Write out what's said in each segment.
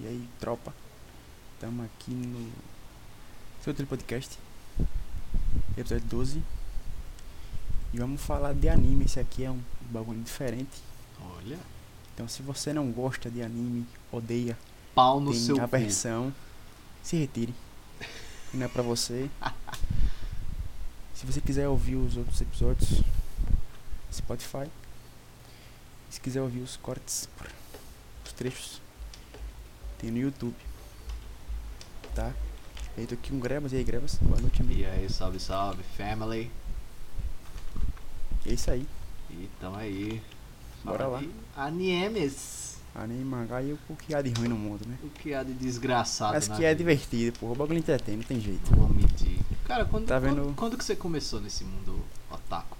E aí, tropa? Tamo aqui no seu outro podcast, episódio 12. E vamos falar de anime. Esse aqui é um bagulho diferente. Olha. Então, se você não gosta de anime, odeia, Pau no tem seu cu. aversão, se retire. Não é pra você. se você quiser ouvir os outros episódios, Spotify. Se quiser ouvir os cortes, os trechos, tem no YouTube. Tá? Eu tô aqui com Grebas, e aí Grebas, boa noite amigo. E aí, salve, salve, family. É isso aí, E tamo Então aí. Bora lá. Animes. anime, mangá e o que há de ruim no mundo, né? O que há de desgraçado Mas na que é vida. divertido, porra, o bagulho entretém, não tem jeito. Vou admitir. Cara, quando, Tá quando- vendo? quando, que você começou nesse mundo otaku?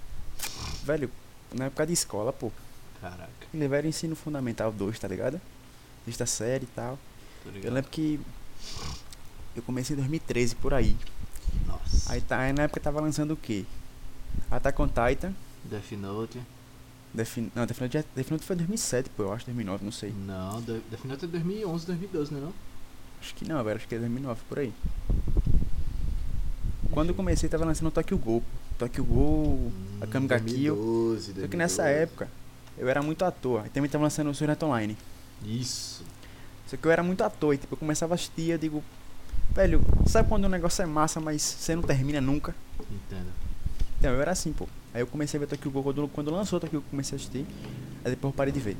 Velho, na época de escola, pô, Caraca, Ele era ensino fundamental 2, tá ligado? Sexta série e tal. tô Eu ligado. lembro que eu comecei em 2013 por aí. Nossa. Aí, tá, aí na época tava lançando o quê? Attack on Titan. Death Note. Death, não, Death Note, já- Death Note foi 2007, pô, eu acho, 2009, não sei. Não, De- Death Note é 2011, 2012, né não? Acho que não, velho, acho que é 2009, por aí. Quando eu comecei tava lançando o Tokyo Gol. pô. Tokyo Gol, a Hum, Kamiga Kill. 2012, Só que nessa 2012. época eu era muito ator. Aí também tava lançando o Sword Art Online. Isso. Só que eu era muito ator, e, tipo, eu começava a assistir, eu digo, velho, sabe quando o negócio é massa, mas você não termina nunca? Entendo. Então, eu era assim, pô. Aí eu comecei a ver Tokyo Ghoul quando, quando lançou Tokyo Ghoul, eu comecei a assistir, aí depois eu parei de ver.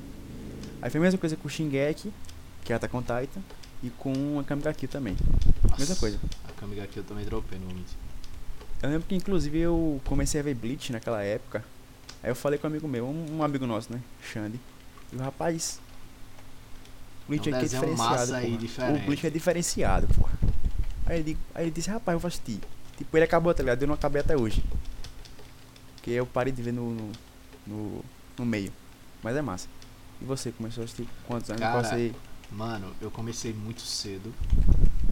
Aí foi a mesma coisa com o Shingeki, que é Attack on Titan, e com a Kamiga Kill também. Mesma coisa. A Kamiga Kill eu também dropei no momento. Eu lembro que, inclusive, eu comecei a ver Bleach naquela época, aí eu falei com um amigo meu, um, um amigo nosso, né, Xande, e o rapaz... Bleach É um aqui é desenho diferenciado, massa aí, porra. O diferente. Bleach é diferenciado, porra. Aí ele, digo- aí ele disse, rapaz, eu vou assistir. Tipo, ele acabou, tá ligado? Eu não acabei até hoje. Porque eu parei de ver no, no, no, no meio. Mas é massa. E você começou a assistir quantos anos? Cara, Qual você- Mano, eu comecei muito cedo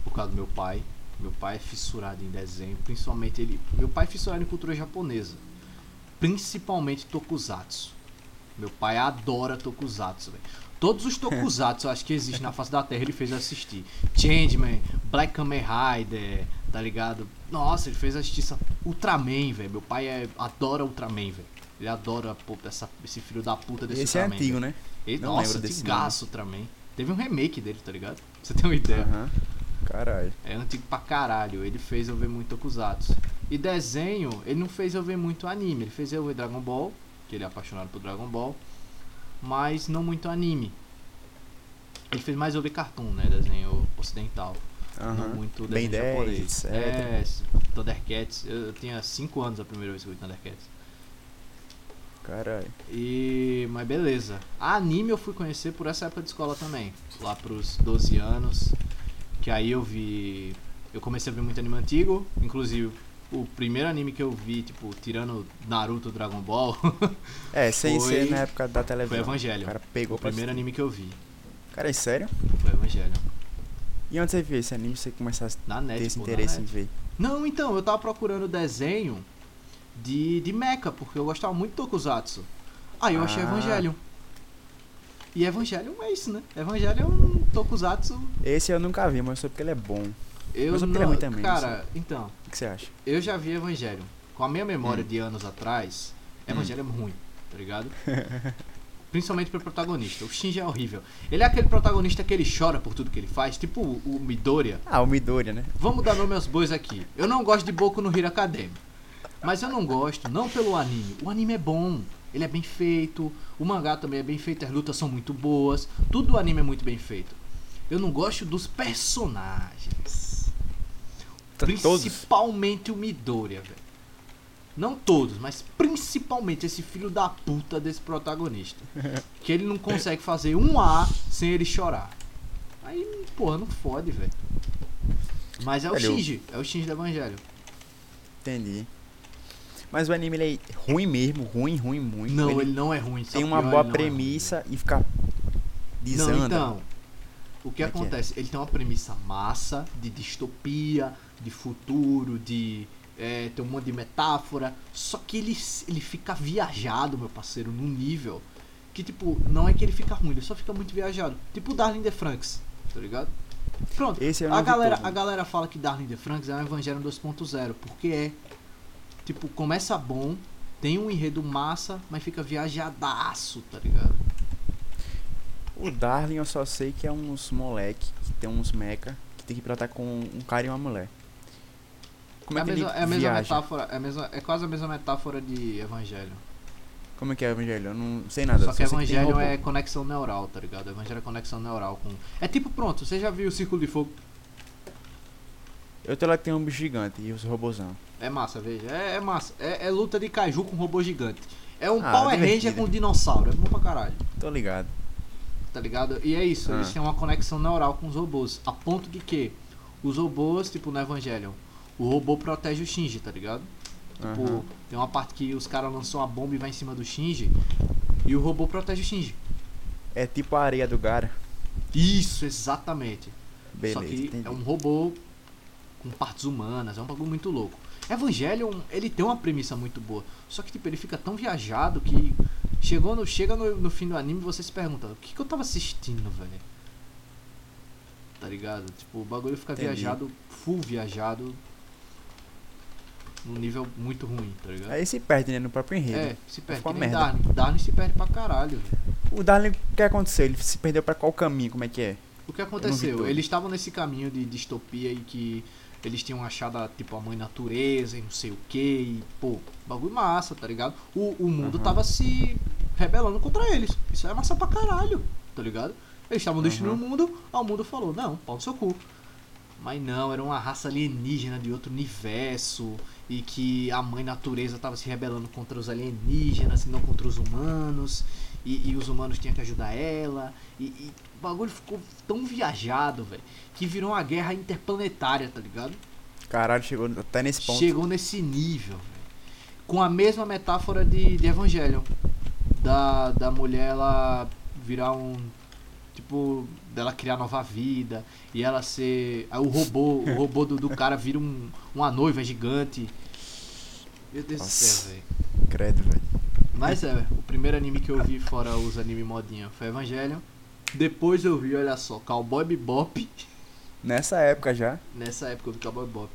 por causa do meu pai. Meu pai é fissurado em desenho, principalmente ele. Meu pai é fissurado em cultura japonesa, principalmente tokusatsu. Meu pai adora tokusatsu, velho. Todos os tokusatsu eu acho que existem na face da Terra ele fez eu assistir. Changeman, Black Kamen Rider, tá ligado? Nossa, ele fez assistir essa Ultraman, velho. Meu pai é- adora Ultraman, velho. Ele adora pô, essa- esse filho da puta desse Esse é Ultraman, antigo, né? ele, Não nossa, lembro desse antigaço também. Teve um remake dele, tá ligado? Pra Você tem uma ideia. né? Aham. Caralho. É antigo pra caralho. Ele fez eu ver muito Tokusatsu. E desenho, ele não fez eu ver muito anime. Ele fez eu ver Dragon Ball, que ele é apaixonado por Dragon Ball. Mas não muito anime. Ele fez mais eu ver cartoon, né? Desenho ocidental. Aham. Não muito Bem desenho 10, japonês. etc. É, Thundercats. Eu, eu tinha 5 anos a primeira vez que eu vi Thundercats. Caralho. E. Mas beleza. A anime eu fui conhecer por essa época de escola também. Lá pros 12 anos. Que aí eu vi. Eu comecei a ver muito anime antigo. Inclusive, o primeiro anime que eu vi, tipo, tirando Naruto Dragon Ball, É, sem Foi- ser na época da foi televisão. O Evangelho. cara pegou O pra primeiro assistir. anime que eu vi Cara, é sério? foi Evangelho. E onde você viu esse anime? Você começou a ter Na net, esse pô, na interesse em net. ver? É, tipo, Não, né? então, eu tava procurando desenho de, de Mecha, porque eu gostava muito de Tokusatsu. Aí eu achei Ah. Evangelho. E Evangelho é isso, né? Evangelho é um Tokusatsu. Esse eu nunca vi, mas eu sei porque ele é bom. Eu Mas o não, Pirra é ruim também, cara, então, O que você acha? eu já vi Evangelho. Com a minha memória Hum. de anos atrás, Evangelho é ruim, tá ligado? Principalmente pro protagonista. O Shinji é horrível. Ele é aquele protagonista que ele chora por tudo que ele faz, tipo o, o Midoriya. Ah, o Midoriya, né? Vamos dar nome aos bois aqui. Eu não gosto de Boku no Hero Academia. Mas eu não gosto, não pelo anime. O anime é bom, ele é bem feito, o mangá também é bem feito, as lutas são muito boas, tudo o anime é muito bem feito. Eu não gosto dos personagens. Tá- Todos. Principalmente o Midoriya, velho. Não todos, mas principalmente esse filho da puta desse protagonista. Que ele não consegue fazer um A sem ele chorar. Aí, porra, não fode, velho. Mas é o Velho, eu- Shinji, é o Shinji do Evangelho. Entendi. Mas o anime ele é ruim mesmo, ruim, ruim, muito. Não, ele, não é ruim. sabe tem uma boa pior? Ele não é ruim, premissa e fica velho. Não, desanda. então, o que Como é que é? acontece? Ele tem uma premissa massa de distopia, de futuro, de. é, tem um monte de metáfora. Só que ele, s- ele fica viajado, meu parceiro, num nível que, tipo, não é que ele fica ruim, ele só fica muito viajado. Tipo o Darling de Franks. tá ligado? Pronto. Esse é o a meu galera, Vitor, a mano. galera fala que Darling de Franks é um Evangelho 2.0, porque é. Tipo, começa bom, tem um enredo massa, mas fica viajadaço, tá ligado? O Darling eu só sei que é uns moleque que tem uns meca que tem que pilotar com um cara e uma mulher. Como é, a que mesma, ele é a mesma viaja? metáfora, é, a mesma, é quase a mesma metáfora de Evangelho. Como é que é o Evangelho? Eu não sei nada. Só que sei tem Evangelho robô. é conexão neural, tá ligado? Evangelho é conexão neural com. É tipo, pronto, você já viu o Círculo de Fogo? Eu tô lá que tem um bicho gigante e os robôzão. É massa, veja. É, é massa. É, é luta de caju com robô gigante. É um Ah, Power Ranger divertido. com dinossauro. É bom pra caralho. Tô ligado. tá ligado? E é isso, Ah. eles têm uma conexão neural com os robôs, a ponto de que os robôs, tipo no Evangelion, o robô protege o Shinji, tá ligado? Tipo, Aham. tem uma parte que os caras lançam uma bomba e vai em cima do Shinji, e o robô protege o Shinji. É tipo a areia do Gara. Isso, exatamente. Beleza, Só que entendi. é um robô com partes humanas, é um bagulho muito louco. Evangelion, ele tem uma premissa muito boa, só que tipo, ele fica tão viajado que chegou no, chega no, no fim do anime e você se pergunta, o que, que eu tava assistindo, velho? Tá ligado? Tipo, o bagulho fica Entendi. viajado, full viajado, num nível muito ruim, tá ligado? Aí se perde, né? No próprio enredo. é, se perde, ficou que uma nem merda. Darwin. Darwin se perde pra caralho, velho. O Darling, o que aconteceu? Ele se perdeu pra qual caminho? Como é que é? O que Eu não vi aconteceu? tudo. Eles estavam nesse caminho de distopia e que eles tinham achado a, tipo a mãe natureza e não sei o que e pô, bagulho massa, tá ligado? O, o mundo Aham. tava se rebelando contra eles. Isso é massa pra caralho, tá ligado? Eles estavam destruindo Aham. o mundo, aí o mundo falou, não, pau no seu cu. Mas não, era uma raça alienígena de outro universo e que a mãe natureza tava se rebelando contra os alienígenas e não contra os humanos e, e os humanos tinham que ajudar ela e, e o bagulho ficou tão viajado, velho, que virou uma guerra interplanetária, tá ligado? Caralho, chegou até nesse ponto. Chegou nesse nível, velho. Com a mesma metáfora de, de Evangelion. Da, da mulher ela virar um. Tipo, dela criar nova vida. E ela ser. aí O robô, o robô do, do cara vira um, uma noiva gigante. Meu Deus do Nossa. céu, velho. Credo, velho. Mas é, o primeiro anime que eu vi fora os anime modinha foi Evangelion. Depois eu vi, olha só, Cowboy Bebop. Nessa época já. Nessa época do Cowboy Bebop.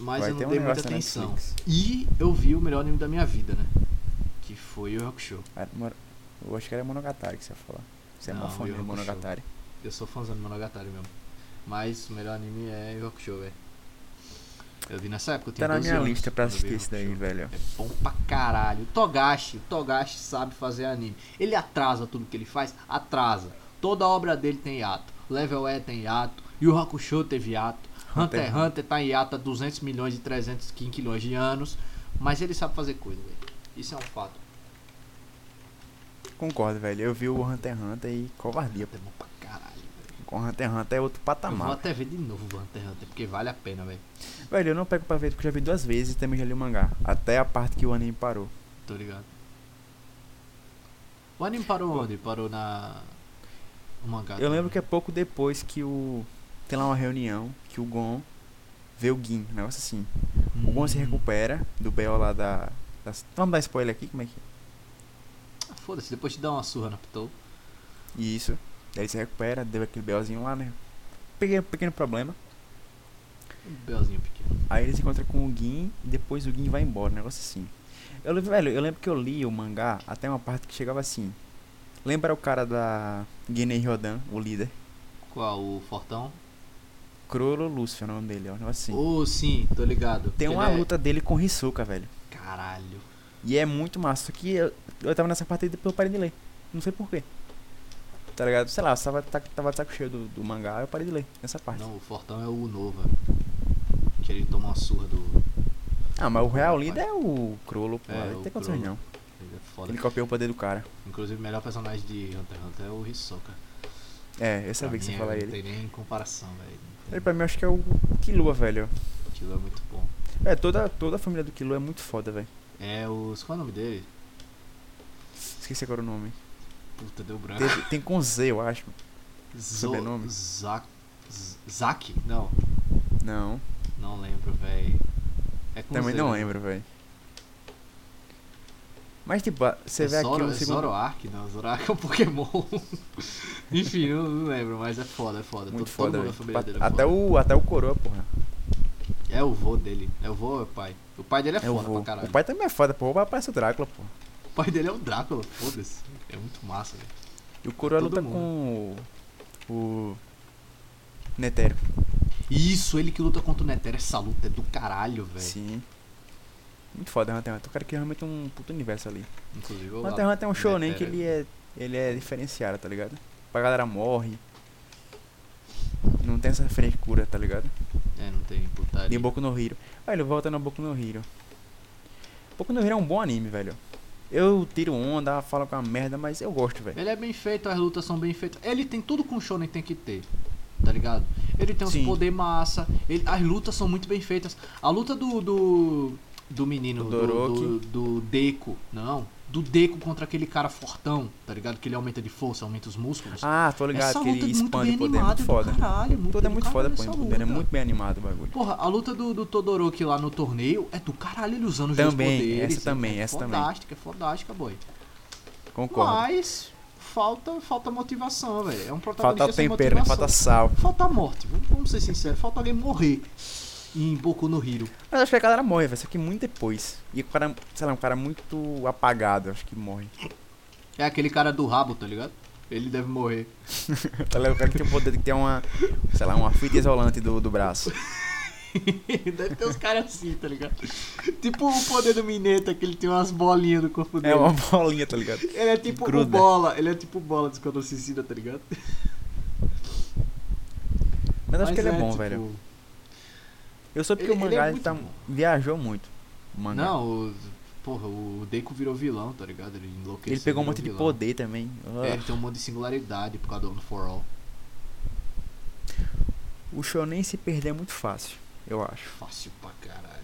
Mas vai eu ter não um dei muita negócio na atenção. Netflix. E eu vi o melhor anime da minha vida, né? Que foi o Rock Show. Ah, Mono- Eu acho que era Monogatari que você ia falar. Você é Não, mó fã de Yu Hakusho. Monogatari. Eu sou fãzão do Monogatari mesmo. Mas o melhor anime é o Rock Show, velho. Eu vi nessa época, eu Tá tinha na 12 minha anos lista pra quando eu assistir vi esse daí, Rock Show. velho. É bom pra caralho. Togashi, Togashi sabe fazer anime. Ele atrasa tudo que ele faz, atrasa. Toda obra dele tem hiato. Level E tem hiato. Yu Hakusho teve hiato. Hunter x Hunter. Hunter tá em hiato há 200 milhões e 300 quinquilhões de anos. Mas ele sabe fazer coisa, velho. Isso é um fato. Concordo, velho. Eu vi o Hunter x Hunter e covardia. É bom pra caralho, velho. Com o Hunter x Hunter é outro Eu vou patamar. até ver de novo o Hunter x Hunter, porque vale a pena, velho. Velho, eu não pego pra ver porque eu já vi duas vezes e também já li o mangá. Até a parte que o anime parou. Tô ligado. O anime parou onde? Parou na... O mangá. Eu lembro que também. é pouco depois que o. Tem lá uma reunião que o Gon vê o Gin, um negócio assim. O Gon se Hum. recupera do B.O. lá da. das- Vamos dar spoiler aqui, como é que. Ah, Foda-se, depois te dá uma surra na Pitou. E é? isso. Daí ele se recupera, deu aquele B.O.zinho lá, né? Peguei um pequeno problema. Um belzinho pequeno. Aí ele se encontra com o Gin e depois o Gin vai embora, um negócio assim. Eu, lembro- velho, eu lembro que eu li o mangá até uma parte que chegava assim. Lembra o cara da Guinea Rodan, o líder? Qual? O Fortão? Crolo Lúcio é o nome dele, ó, um negócio assim. Oh, sim, tô ligado. Tem Ele uma é- luta dele com o Hisoka, velho. Caralho. E é muito massa. Só que eu, eu tava nessa parte e depois eu parei de ler. Não sei porquê. Tá ligado? Sei lá, eu tava, tá- tava de saco cheio do, do mangá, eu parei de ler nessa parte. Não, o Fortão é o Nova. Que ele toma uma surra do. Ah, mas o real Rapaz. líder é o Crollo, pô. É, Ele o tem condições Crollo. não. Ele é foda. Ele copiou o poder do cara. Inclusive, o melhor personagem de Hunter x Hunter é o Hisoka. É, eu sabia Pra que você mim, é- falaria Não ele. tem nem comparação, velho. Ele pra mim eu acho que é o Killua, velho. O Kilo é muito bom. É, toda, toda a família do Killua é muito foda, velho. É os. Qual é o nome dele? Esqueci agora o nome. Puta, deu branco. Tem, tem com Z, eu acho. Zo- sobrenome? Zac. Z- Zac? Não, Não, não lembro, velho. É com também Z, não né? lembro, velho. Mas tipo, você é vê aqui Zoro, um é segundo. Zoroark, não. Zoroark é um Pokémon. Enfim, eu não lembro, mas é foda, é foda. Muito foda, todo, todo mundo da velho. família Tipo, dele a- é Até foda. o, até o coroa, porra. É o vô dele. É o vô ou é o pai? O pai dele é, É o foda vô. pra caralho. O pai também é foda, porra. O pai parece o Drácula, porra. O pai dele é o Drácula, foda-se. É muito massa, velho. E o coroa Todo luta com o. O. Netero. Isso, ele que luta contra o Netero. Essa luta é do caralho, velho. Sim. Muito foda, Hunter x Hunter. O cara que realmente tem um puto universo ali. Inclusive, eu Hunter x Hunter é um show, nem que Netero. ele é. Ele é diferenciado, tá ligado? A galera morre. Não tem essa frescura, tá ligado? É, não tem putaria. De Boku no Hero. Velho, voltando a Boku no Hero. Boku no Hero é um bom anime, velho. Eu tiro onda, falo com a merda, mas eu gosto, velho. Ele é bem feito, as lutas são bem feitas. Ele tem tudo que um shonen tem que ter. Tá ligado? Ele tem uns Sim. poder massa, ele- as lutas são muito bem feitas. A luta do do, do menino Do do, do, Doroki. do Deco, não, do Deco contra aquele cara fortão, tá ligado? Que ele aumenta de força, aumenta os músculos. Ah, tô ligado Essa que luta ele é muito expande bem o poder, é muito animada, foda. do caralho, muito Tudo é do muito foda, caralho pô. essa O poder é luta. muito bem animado o bagulho. Porra, a luta do, do Todoroki lá no torneio é do caralho ele usando os Também, dois poderes. essa também, é essa também. fodástica, é fodástica, boy. Concordo. Mas falta, falta motivação, velho. É um protagonista falta o sem tempero, né? motivação. Falta sal. Falta a morte, vamos vamos ser sinceros, falta alguém morrer em Boku no Hero. Mas acho que a galera morre, velho. Só que muito depois. E o cara, sei lá, um cara muito apagado, acho que morre. É aquele cara do rabo, tá ligado? Ele deve morrer. Tá ligado? O cara que tem o poder de ter uma, sei lá, uma fita isolante do, do braço. deve ter uns caras assim, tá ligado? Tipo o poder do Mineta, que ele tem umas bolinhas no corpo dele. É uma bolinha, tá ligado? Ele é tipo o Gruda. bola, ele é tipo o bola de Esquadrão Suicida, tá ligado? Mas acho Mas que ele é, bom, tipo, velho. Eu soube que ele- o ele é mangá ele muito tá, bom. viajou muito. O mangá. Não, o, porra, o Deku virou vilão, tá ligado? Ele enlouqueceu. ele pegou um virou monte de é vilão. poder também. Ah. É, ele tem um monte de singularidade por causa do One For All. O shonen se perder é muito fácil, eu acho. Fácil pra caralho.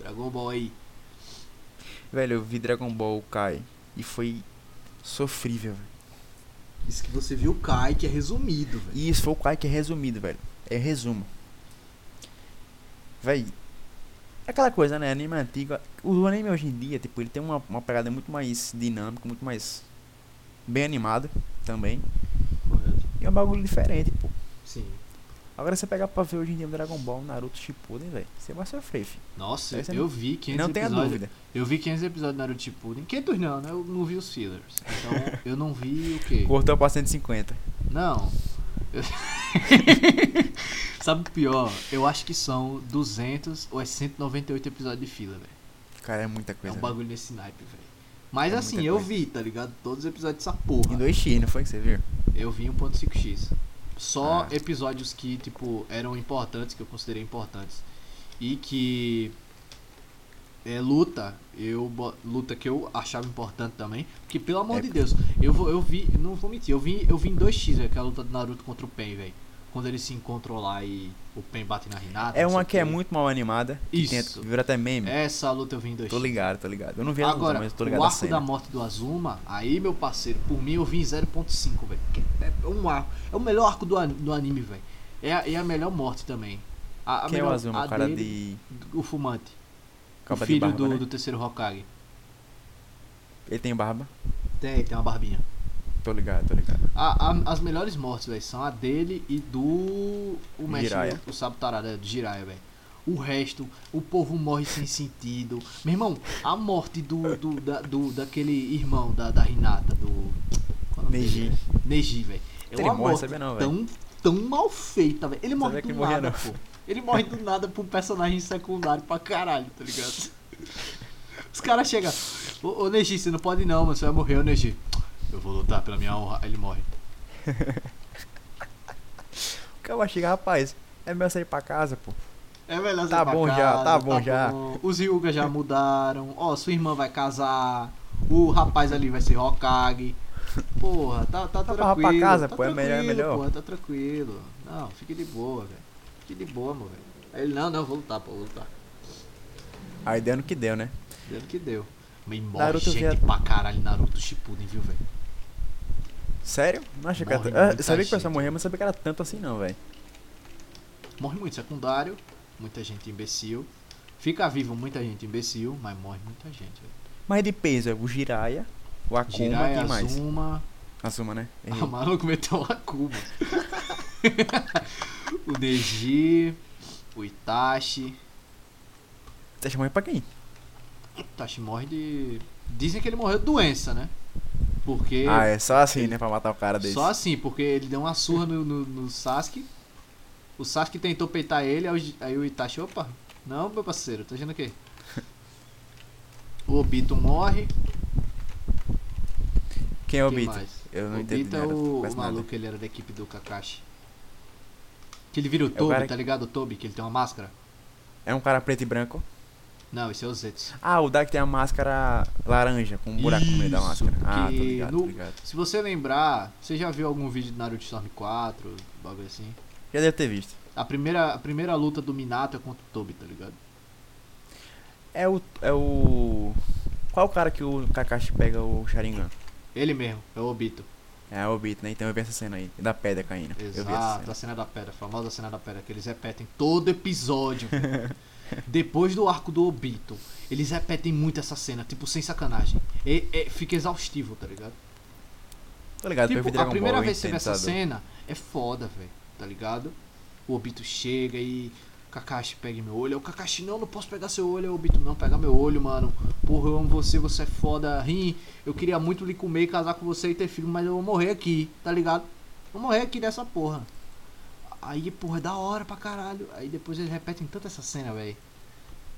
Dragon Ball aí. Velho, eu vi Dragon Ball Kai e foi sofrível, velho. Isso que você viu o Kai, que é resumido, velho. E isso foi o Kai que é resumido, velho. É resumo. Véi. É aquela coisa, né? Anime antigo. O anime hoje em dia, tipo, ele tem uma, uma pegada muito mais dinâmica, muito mais. Bem animada também. Correto. E é um bagulho diferente, pô. Sim. Agora você pegar pra ver hoje em dia um Dragon Ball, Naruto Shippuden, velho. Você vai sofrer, filho. Nossa, Essa eu vi 500 Não tenha episódios. dúvida. Eu vi 500 episódios do Naruto Shippuden. 500 não, né? Eu não vi os fillers. Então, eu não vi o quê? Cortou pra 150. Não. Eu- Sabe o pior? Eu acho que são 200 ou é 198 episódios de filler, velho. Cara, é muita É coisa. um velho. bagulho nesse naipe, velho. Mas É assim, muita eu coisa. vi, tá ligado? Todos os episódios dessa porra. Em 2x, não foi que você viu? Eu um vi 1.5x. Só Ah. episódios que, tipo, eram importantes, que eu considerei importantes. E que. É luta, eu bo- luta que eu achava importante também, porque pelo amor É. de Deus, eu vou eu vi, não vou mentir, eu vi, eu vi em 2x, velho, que é a luta do Naruto contra o Pen, velho. Quando eles se encontram lá e o Pen bate na Hinata. É não sei uma o que é quê. muito mal animada. Que tem, Ah, Isso. virou até meme. Essa luta eu vi em 2x. Tô ligado, tô ligado. Eu não vi a Agora, luta, mas eu tô o ligado a arco cena. da morte do Azuma, aí meu parceiro, por mim eu vim em 0.5, velho. que É um arco. É o melhor arco do, an- do anime, velho. É, a- é a melhor morte também. A, a Quem é o melhor- Azuma? a O cara dele, de. O fumante. Capa de o filho barba. do, né? do terceiro Hokage. Ele tem barba. Tem, tem uma barbinha. Tô ligado, tô ligado. A- a- as melhores mortes, velho, são a dele e do. O mestre, Jiraiya. o, o Sabutarada, é, do Jiraiya, velho. O resto, o povo morre sem sentido. Meu irmão, a morte do. do, da, do daquele irmão da, da Hinata, do. qual é o nome Neji. dele, velho? Neji, velho. É Ele uma morre, morte sabia não, velho. tão, tão mal feita, velho. Ele morre Sabia que do ele morria, nada, não. pô. Ele morre do nada pra um personagem secundário pra caralho, tá ligado? Os caras chegam. Ô, ô Neji, você não pode não, mas você vai morrer, ô Neji. Eu vou lutar pela minha honra. Aí Ele morre. O cara chega, rapaz, é melhor sair pra casa, pô. É melhor você Tá ir pra bom já, casa, tá bom já. bom. Os Ryuga já mudaram. Ó, sua irmã vai casar. O rapaz ali vai ser Hokage. Porra, tá, tá Tá pra- pra tranquilo. casa, tá pô, é melhor, é tranquilo, melhor. Porra, tá tranquilo. Não, fique de boa, velho. Fique de boa, meu velho. Aí ele, não, não, vou lutar, pô, vou lutar. Aí deu no que deu, né? Dando que deu. Mas morre Naruto gente via- pra caralho Naruto Shippuden, viu, velho? Sério? Não achei que era. Morre tanto- Ah, muita sabia que o pessoal gente. morrer, mas não sabia que era tanto assim, não, velho. Morre muito secundário, muita gente imbecil. Fica vivo muita gente imbecil, mas morre muita gente, velho. Mas de peso é o Jiraya, o Akuma Jiraiya, e mais. Azuma. Azuma, né? Errei. Ah, maluco meteu uma Akuma. o Neji, o Itachi. Tá chamando pra quem? Itachi morre de. Dizem que ele morreu de doença, né? Porque. Ah, é só assim, né? Pra matar o cara desse. Só assim, porque ele deu uma surra no, no, no Sasuke. O Sasuke tentou peitar ele, aí o, Ji- aí o Itachi, opa, não, meu parceiro, tá achando o quê? O Obito morre. Quem é o quem É Obito? mais? Eu não o entendi Obito é nada, o, quase o nada. maluco, ele era da equipe do Kakashi. Que ele vira o Tobi, É cara que- tá ligado? O Tobi, que ele tem uma máscara. É um cara preto e branco. Não, esse é o Zetsu. Ah, o Dark tem a máscara laranja, com um buraco no meio da Isso, máscara. Ah, tô porque ligado, tô no- ligado. Se você lembrar, você já viu algum vídeo de Naruto Storm 4, bagulho assim? Já deve ter visto. A primeira, a primeira luta do Minato é contra o Tobi, tá ligado? É o. É o. Qual o cara que o Kakashi pega o Sharingan? Ele mesmo, é o Obito. É o Obito, né? Então eu vi essa cena aí. Da pedra caindo. Eu vi essa Exato, cena. a cena da pedra, a famosa cena da pedra, que eles repetem todo episódio. Depois do arco do Obito, eles repetem muito essa cena, tipo, sem sacanagem. E, e fica exaustivo, tá ligado? Tô ligado, eu vi tipo, a Dragon primeira Ball, eu vez que você vê entendo, essa sabe? cena é foda, velho, tá ligado? O Obito chega e. Kakashi, pegue meu olho. Aí O Kakashi, não, não posso pegar seu olho. Aí O Obito, não, pega meu olho, mano. Porra, eu amo você, você é foda. Rim, eu queria muito lhe comer, casar com você e ter filho, mas eu vou morrer aqui, tá ligado? Vou morrer aqui dessa porra. Aí, porra, é da hora pra caralho. Aí depois eles repetem tanto essa cena, velho.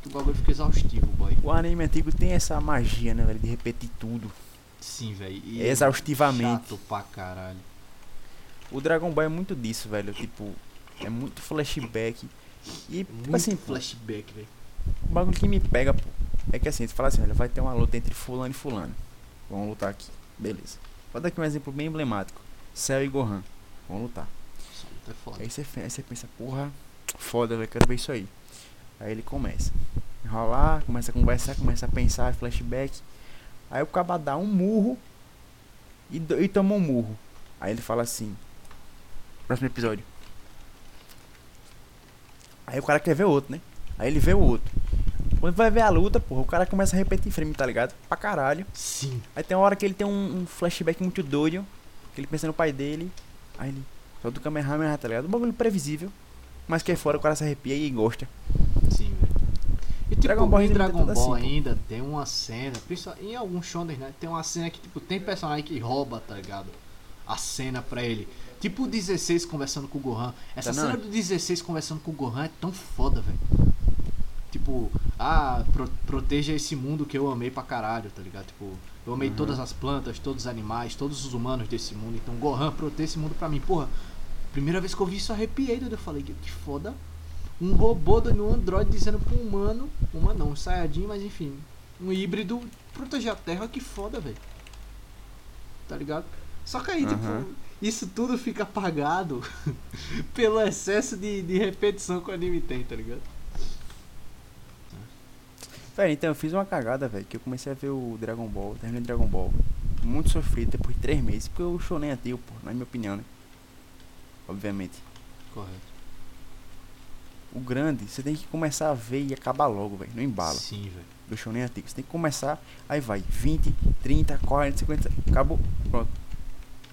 Que o bagulho fica exaustivo, boy. O anime antigo tem essa magia, né, velho? De repetir tudo. Sim, velho. e é Exaustivamente. Chato pra caralho. O Dragon Ball é muito disso, velho. Tipo, é muito flashback. E, Muito tipo assim, pô, flashback, velho. o bagulho que me pega, pô, é que assim, você fala assim, olha, vai ter uma luta entre fulano e fulano. Vamos lutar aqui. Beleza. Vou dar aqui um exemplo bem emblemático. Cell e Gohan. Vamos lutar. Essa luta é foda. Aí você, fe- aí você pensa, porra, foda, velho, quero ver isso aí. Aí ele começa. a Enrolar, começa a conversar, começa a pensar, flashback. Aí o caba dá um murro e, do- e toma um murro. Aí ele fala assim, próximo episódio. Aí o cara quer ver outro, né? Aí ele vê o outro. Quando vai ver a luta, porra, o cara começa a repetir frame, tá ligado? Pra caralho. Sim. Aí tem uma hora que ele tem um, um flashback muito doido, que ele pensa no pai dele, aí ele solta o Kamehameha, tá ligado? Um bagulho previsível, mas que é fora, o cara se arrepia e gosta. Sim, velho. E tipo, Dragon Ball em ainda Dragon tá Ball assim, pô. ainda tem uma cena, principalmente em alguns shonen, né? Tem uma cena que, tipo, tem personagem que rouba, tá ligado? A cena pra ele. Tipo o 16 conversando com o Gohan. Essa Tá, não, cena é? do 16 conversando com o Gohan é tão foda, velho. Tipo, ah, pro- proteja esse mundo que eu amei pra caralho, tá ligado? Tipo, eu amei todas as plantas, todos os animais, todos os humanos desse mundo. Então, Gohan, proteja esse mundo pra mim. Porra, primeira vez que eu vi isso, eu arrepiei, doido. Eu falei, que que foda um robô dando um androide dizendo pra um humano, uma não, um saiyajin, mas enfim, um híbrido proteger a Terra, que foda, velho. Tá ligado? Só que aí, Aham. tipo, isso tudo fica apagado pelo excesso de, de repetição que o anime tem, tá ligado? Velho, então eu fiz uma cagada, velho, que eu comecei a ver o Dragon Ball, terminei o Dragon Ball, muito sofrido, depois de três meses, porque eu chorei antigo, pô, na minha opinião, né? Obviamente. Correto. O grande, você tem que começar a ver e acabar logo, velho, no embalo. Sim, velho. do shonen antigo. Você tem que começar, aí vai 20, 30, 40, 50, acabou, pronto.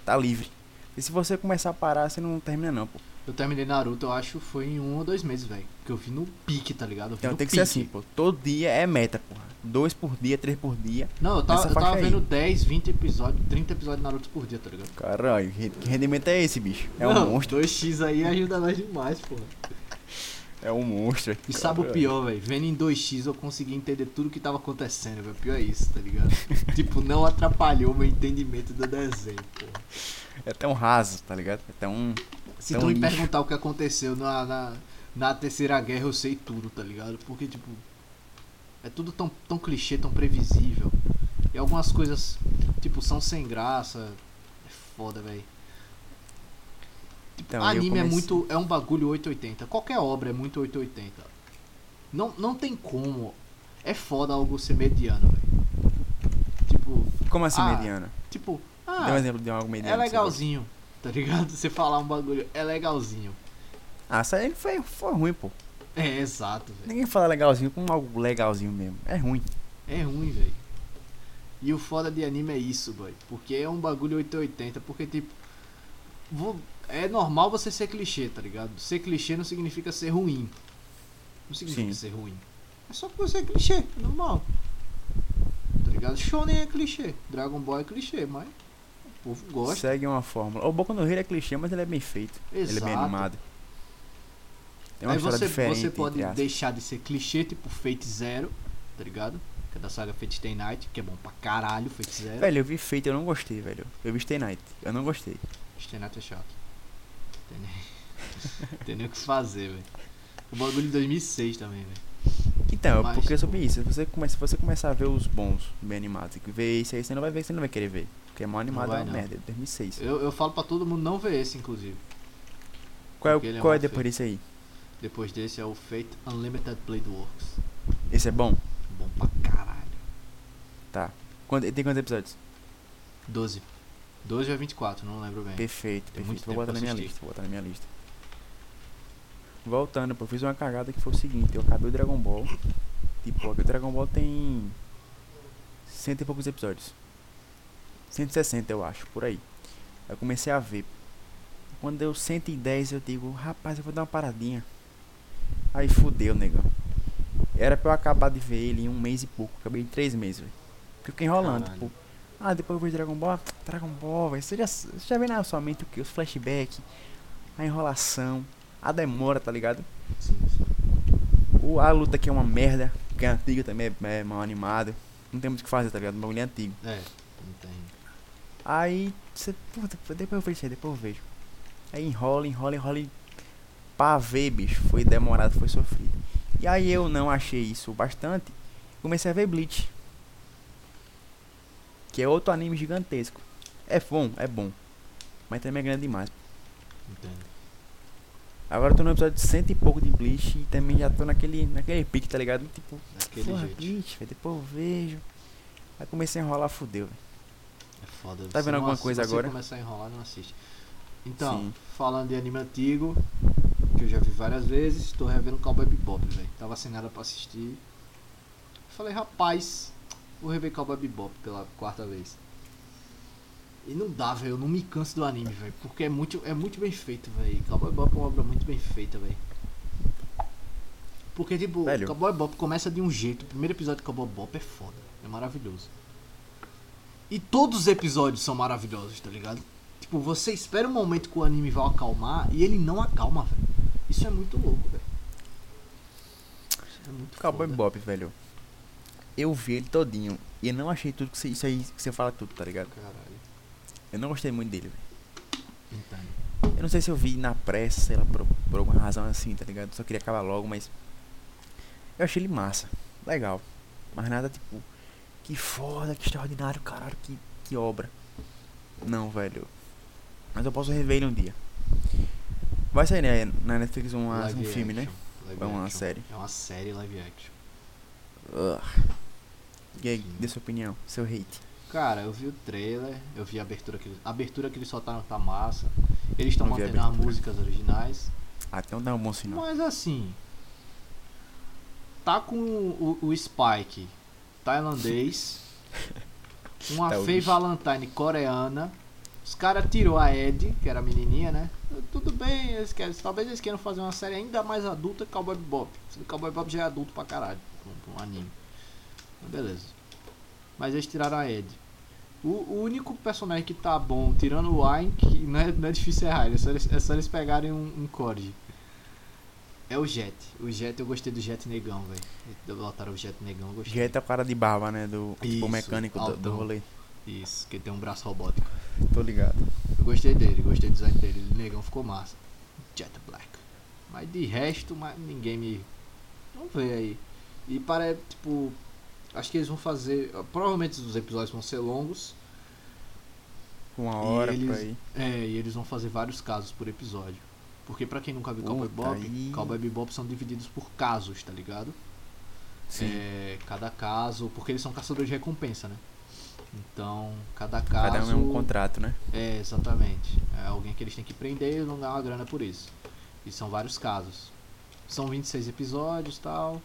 Tá livre. E se você começar a parar, você não termina não, pô. Eu terminei Naruto, eu acho, foi em um ou dois meses, velho. Porque eu vi no pique, tá ligado? Eu vi Então no tem que ser pique. assim, pô. Todo dia é meta, porra. Dois por dia, três por dia. Não, eu tava, Nessa eu tava faixa aí. vendo 10, 20 episódios, 30 episódios de Naruto por dia, tá ligado? Caralho, que que rendimento é esse, bicho? É um Não, monstro. 2x aí ajuda nós demais, porra. É um monstro. E sabe o Caralho. pior, velho? Vendo em 2x eu consegui entender tudo que tava acontecendo, velho. Pior é isso, tá ligado? tipo, não atrapalhou meu entendimento do desenho, porra. É até um raso, tá ligado? É até um... Se É um tu me lixo. perguntar o que aconteceu na, na, na Terceira Guerra, eu sei tudo, tá ligado? Porque, tipo, é tudo tão, tão clichê, tão previsível. E algumas coisas, tipo, são sem graça. É foda, velho. Então, aí eu anime é comecei- muito. É um bagulho 880. Qualquer obra é muito 880. Não, não tem como. É foda algo ser mediano, velho. Tipo. Como assim, Ah, mediano? Tipo. Dê um Ah, exemplo de algo mediano. é que você gosta. legalzinho. Tá ligado? Você falar um bagulho. É legalzinho. Ah, isso aí foi, foi ruim, pô. É exato, velho. Ninguém fala legalzinho com algo legalzinho mesmo. É ruim. É ruim, velho. E o foda de anime é isso, boy. Porque é um bagulho 880, porque tipo. vo- É normal você ser clichê, tá ligado? Ser clichê não significa ser ruim. Não significa Sim. ser ruim. É só que você é clichê, é normal. Tá ligado? Shonen é clichê. Dragon Ball é clichê, mas. O povo gosta. Segue uma fórmula. O Boku no Hero é clichê, mas ele é bem feito. Ele é bem Exato. animado. É uma Aí história você, diferente. você pode entre aspas. deixar de ser clichê, tipo Fate Zero, tá ligado? Que é da saga Fate Stay Night, que é bom pra caralho, Fate Zero. Velho, eu vi feito, eu não gostei, velho. Eu vi Stay Night, eu não gostei. Estenato é chato. Tem nem... Tem nem o que fazer, velho. O bagulho de 2006 também, velho. Então, Mas, porque é tipo- sobre isso. Se você, come, se você começar a ver os bons, bem animados, e ver isso aí, você não vai ver, você não vai querer ver. Porque é mal animado, vai, é uma não. merda, é 2006. Eu, eu falo pra todo mundo não ver esse, inclusive. Qual é, Porque o- ele é qual é mal depois disso aí? Depois desse é o Fate Unlimited Blade Works. Esse é bom? Bom pra caralho. Tá. Quanto, tem quantos episódios? 12. 12 ou 24, não lembro bem. Perfeito, Tem muito perfeito. Vou tempo botar pra na minha assistir. lista, vou botar na minha lista. Voltando, pô, eu fiz uma cagada que foi o seguinte, eu acabei o Dragon Ball. Tipo, o Dragon Ball tem cento e poucos episódios. 160 eu acho, por aí. Aí Eu comecei a ver. Quando deu 110 eu digo, rapaz, eu vou dar uma paradinha. Aí fudeu, negão. Era pra eu acabar de ver ele em um mês e pouco. Acabei em três meses, velho. Porque eu fiquei enrolando, Caralho. tipo. Ah, depois eu vejo Dragon Ball. Dragon Ball, velho. Você já, você já vê na sua mente o que? Os flashbacks, a enrolação, a demora, tá ligado? Sim, sim. O, a luta que é uma merda, que é antiga também, é, é mal animada. Não tem muito o que fazer, tá ligado? O bagulho é antigo. É, não tem. Aí você, puta, depois eu vejo isso aí, depois eu vejo. Aí enrola, enrola, enrola. e Pra ver, bicho, foi demorado, foi sofrido. E aí eu não achei isso o bastante. Comecei a ver Bleach. Que é outro anime gigantesco. É bom, é bom. Mas também é grande demais. Não tem. Agora eu tô no episódio de cento e pouco de Bleach e também já tô naquele, naquele pique, tá ligado? Tipo, Daquele porra, jeito. Bleach, velho, depois eu vejo. Aí comecei a enrolar, fudeu, velho. É foda. Tá Você vendo não alguma assi- coisa agora? Você começa a enrolar, não assiste. Então, Sim. falando de anime antigo, que eu já vi várias vezes, tô revendo Cowboy Bebop, velho. Tava sem nada pra assistir. Falei, rapaz, vou rever Cowboy é Bebop pela quarta vez. E não dá, velho, eu não me canso do anime, velho, porque é muito, é muito bem feito, velho. Cowboy Bebop é uma obra muito bem feita, velho. Porque, tipo, Velho. Cowboy Bebop começa de um jeito. O primeiro episódio de Cowboy Bebop é foda, é maravilhoso. E todos os episódios são maravilhosos, tá ligado? Tipo, você espera um momento que o anime vai acalmar e ele não acalma, velho. Isso é muito louco, velho. Isso é muito Cowboy foda. Bebop, velho. Eu vi ele todinho e eu não achei tudo que você, isso aí que você fala tudo, tá ligado? Caralho. Eu não gostei muito dele, velho. Entendo. Eu não sei se eu vi na pressa, sei lá, por, por alguma razão assim, tá ligado? Só queria acabar logo, mas eu achei ele massa, legal. Mas nada tipo, que foda, que extraordinário, caralho, que, que obra. Não, velho. Mas eu posso rever ele um dia. Vai sair né, na Netflix um, um Live filme, né? action, live Ou é uma action. série? É uma série live action. Ugh. E aí, Sim. dê sua opinião, seu hate. Cara, eu vi o trailer, eu vi a abertura que eles. A abertura que eles soltaram tá massa. Eles estão Não vi a mantendo as abertura. músicas originais. Até não dá um bom sinal. Mas assim. Tá com o, o Spike tailandês. Uma Tá o Faye bicho. Valentine coreana. Os caras tirou a Ed, que era a menininha, né? Tudo bem, eles querem, talvez eles queiram fazer uma série ainda mais adulta que Cowboy Bebop. O Cowboy Bebop já é adulto pra caralho, pra um- pra um anime. Mas Beleza. Mas eles tiraram a Ed. O, o único personagem que tá bom, tirando o Ayn, que não é, não é difícil errar, é só eles, é só eles pegarem um, um Cord. É o Jet. O Jet, eu gostei do Jet Negão, velho. Botaram o Jet Negão, eu gostei. Já é o cara de barba, né? Do tipo Isso, o mecânico do, do altão. rolê. Isso, que tem um braço robótico. Tô ligado. Eu gostei dele, gostei do design dele. O negão ficou massa. Jet Black. Mas de resto, mas ninguém me. Não vê aí. E parece, tipo. Acho que eles vão fazer. Provavelmente os episódios vão ser longos. Uma E hora eles- por aí. É, e eles vão fazer vários casos por episódio. Porque pra quem nunca viu Cowboy Puta, Bebop, aí- Cowboy Bebop são divididos por casos, tá ligado? Sim. É, cada caso. Porque eles são caçadores de recompensa, né? Então, cada caso. Cada um é um contrato, né? É, exatamente. É alguém que eles têm que prender e eles vão ganhar uma grana por isso. E são vários casos. São 26 episódios tal.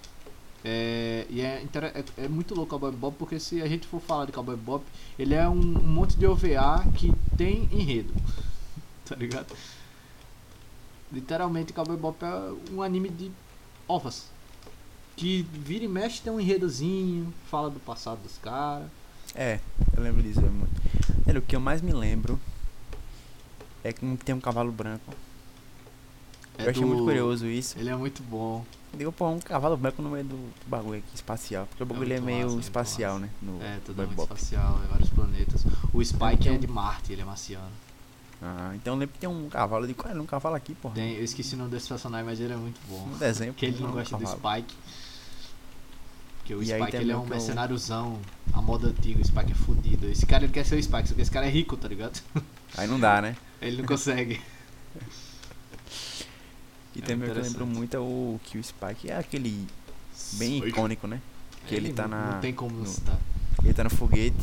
É, e é, inter- é, é muito louco o Cowboy Bob, porque se a gente for falar de Cowboy Bob, ele é um, um monte de OVA que tem enredo. tá ligado? Literalmente, Cowboy Bob é um anime de ovas. Que vira e mexe tem um enredozinho, fala do passado dos caras. É, eu lembro disso é muito. Olha, o que eu mais me lembro é que tem um cavalo branco. É eu achei do- muito curioso isso. Ele é muito bom. Deu pra um cavalo branco no meio do bagulho aqui, espacial. Porque o bagulho é, muito meio massa, muito espacial, né? No É, tudo Bob muito Bob. espacial, é vários planetas. O Spike Então- é de Marte, ele é marciano. Ah, então eu lembro que tem um cavalo. Eu digo, "Cara, um cavalo aqui, porra. Tem, eu esqueci o nome desse personagem, mas ele é muito bom. Um desenho. Porque ele não um gosta do cavalo. Spike. Porque o E aí Spike tem ele é meio um que um- mercenáriozão, a moda antiga, o Spike é fudido. Esse cara ele quer ser o Spike, só que esse cara é rico, tá ligado? Aí não dá, né? Ele não consegue. E também É o que eu lembro interessante. muito é o que o Spike é aquele bem icônico, né? Que ele tá não- na- Não tem como não no- citar. Ele tá no foguete.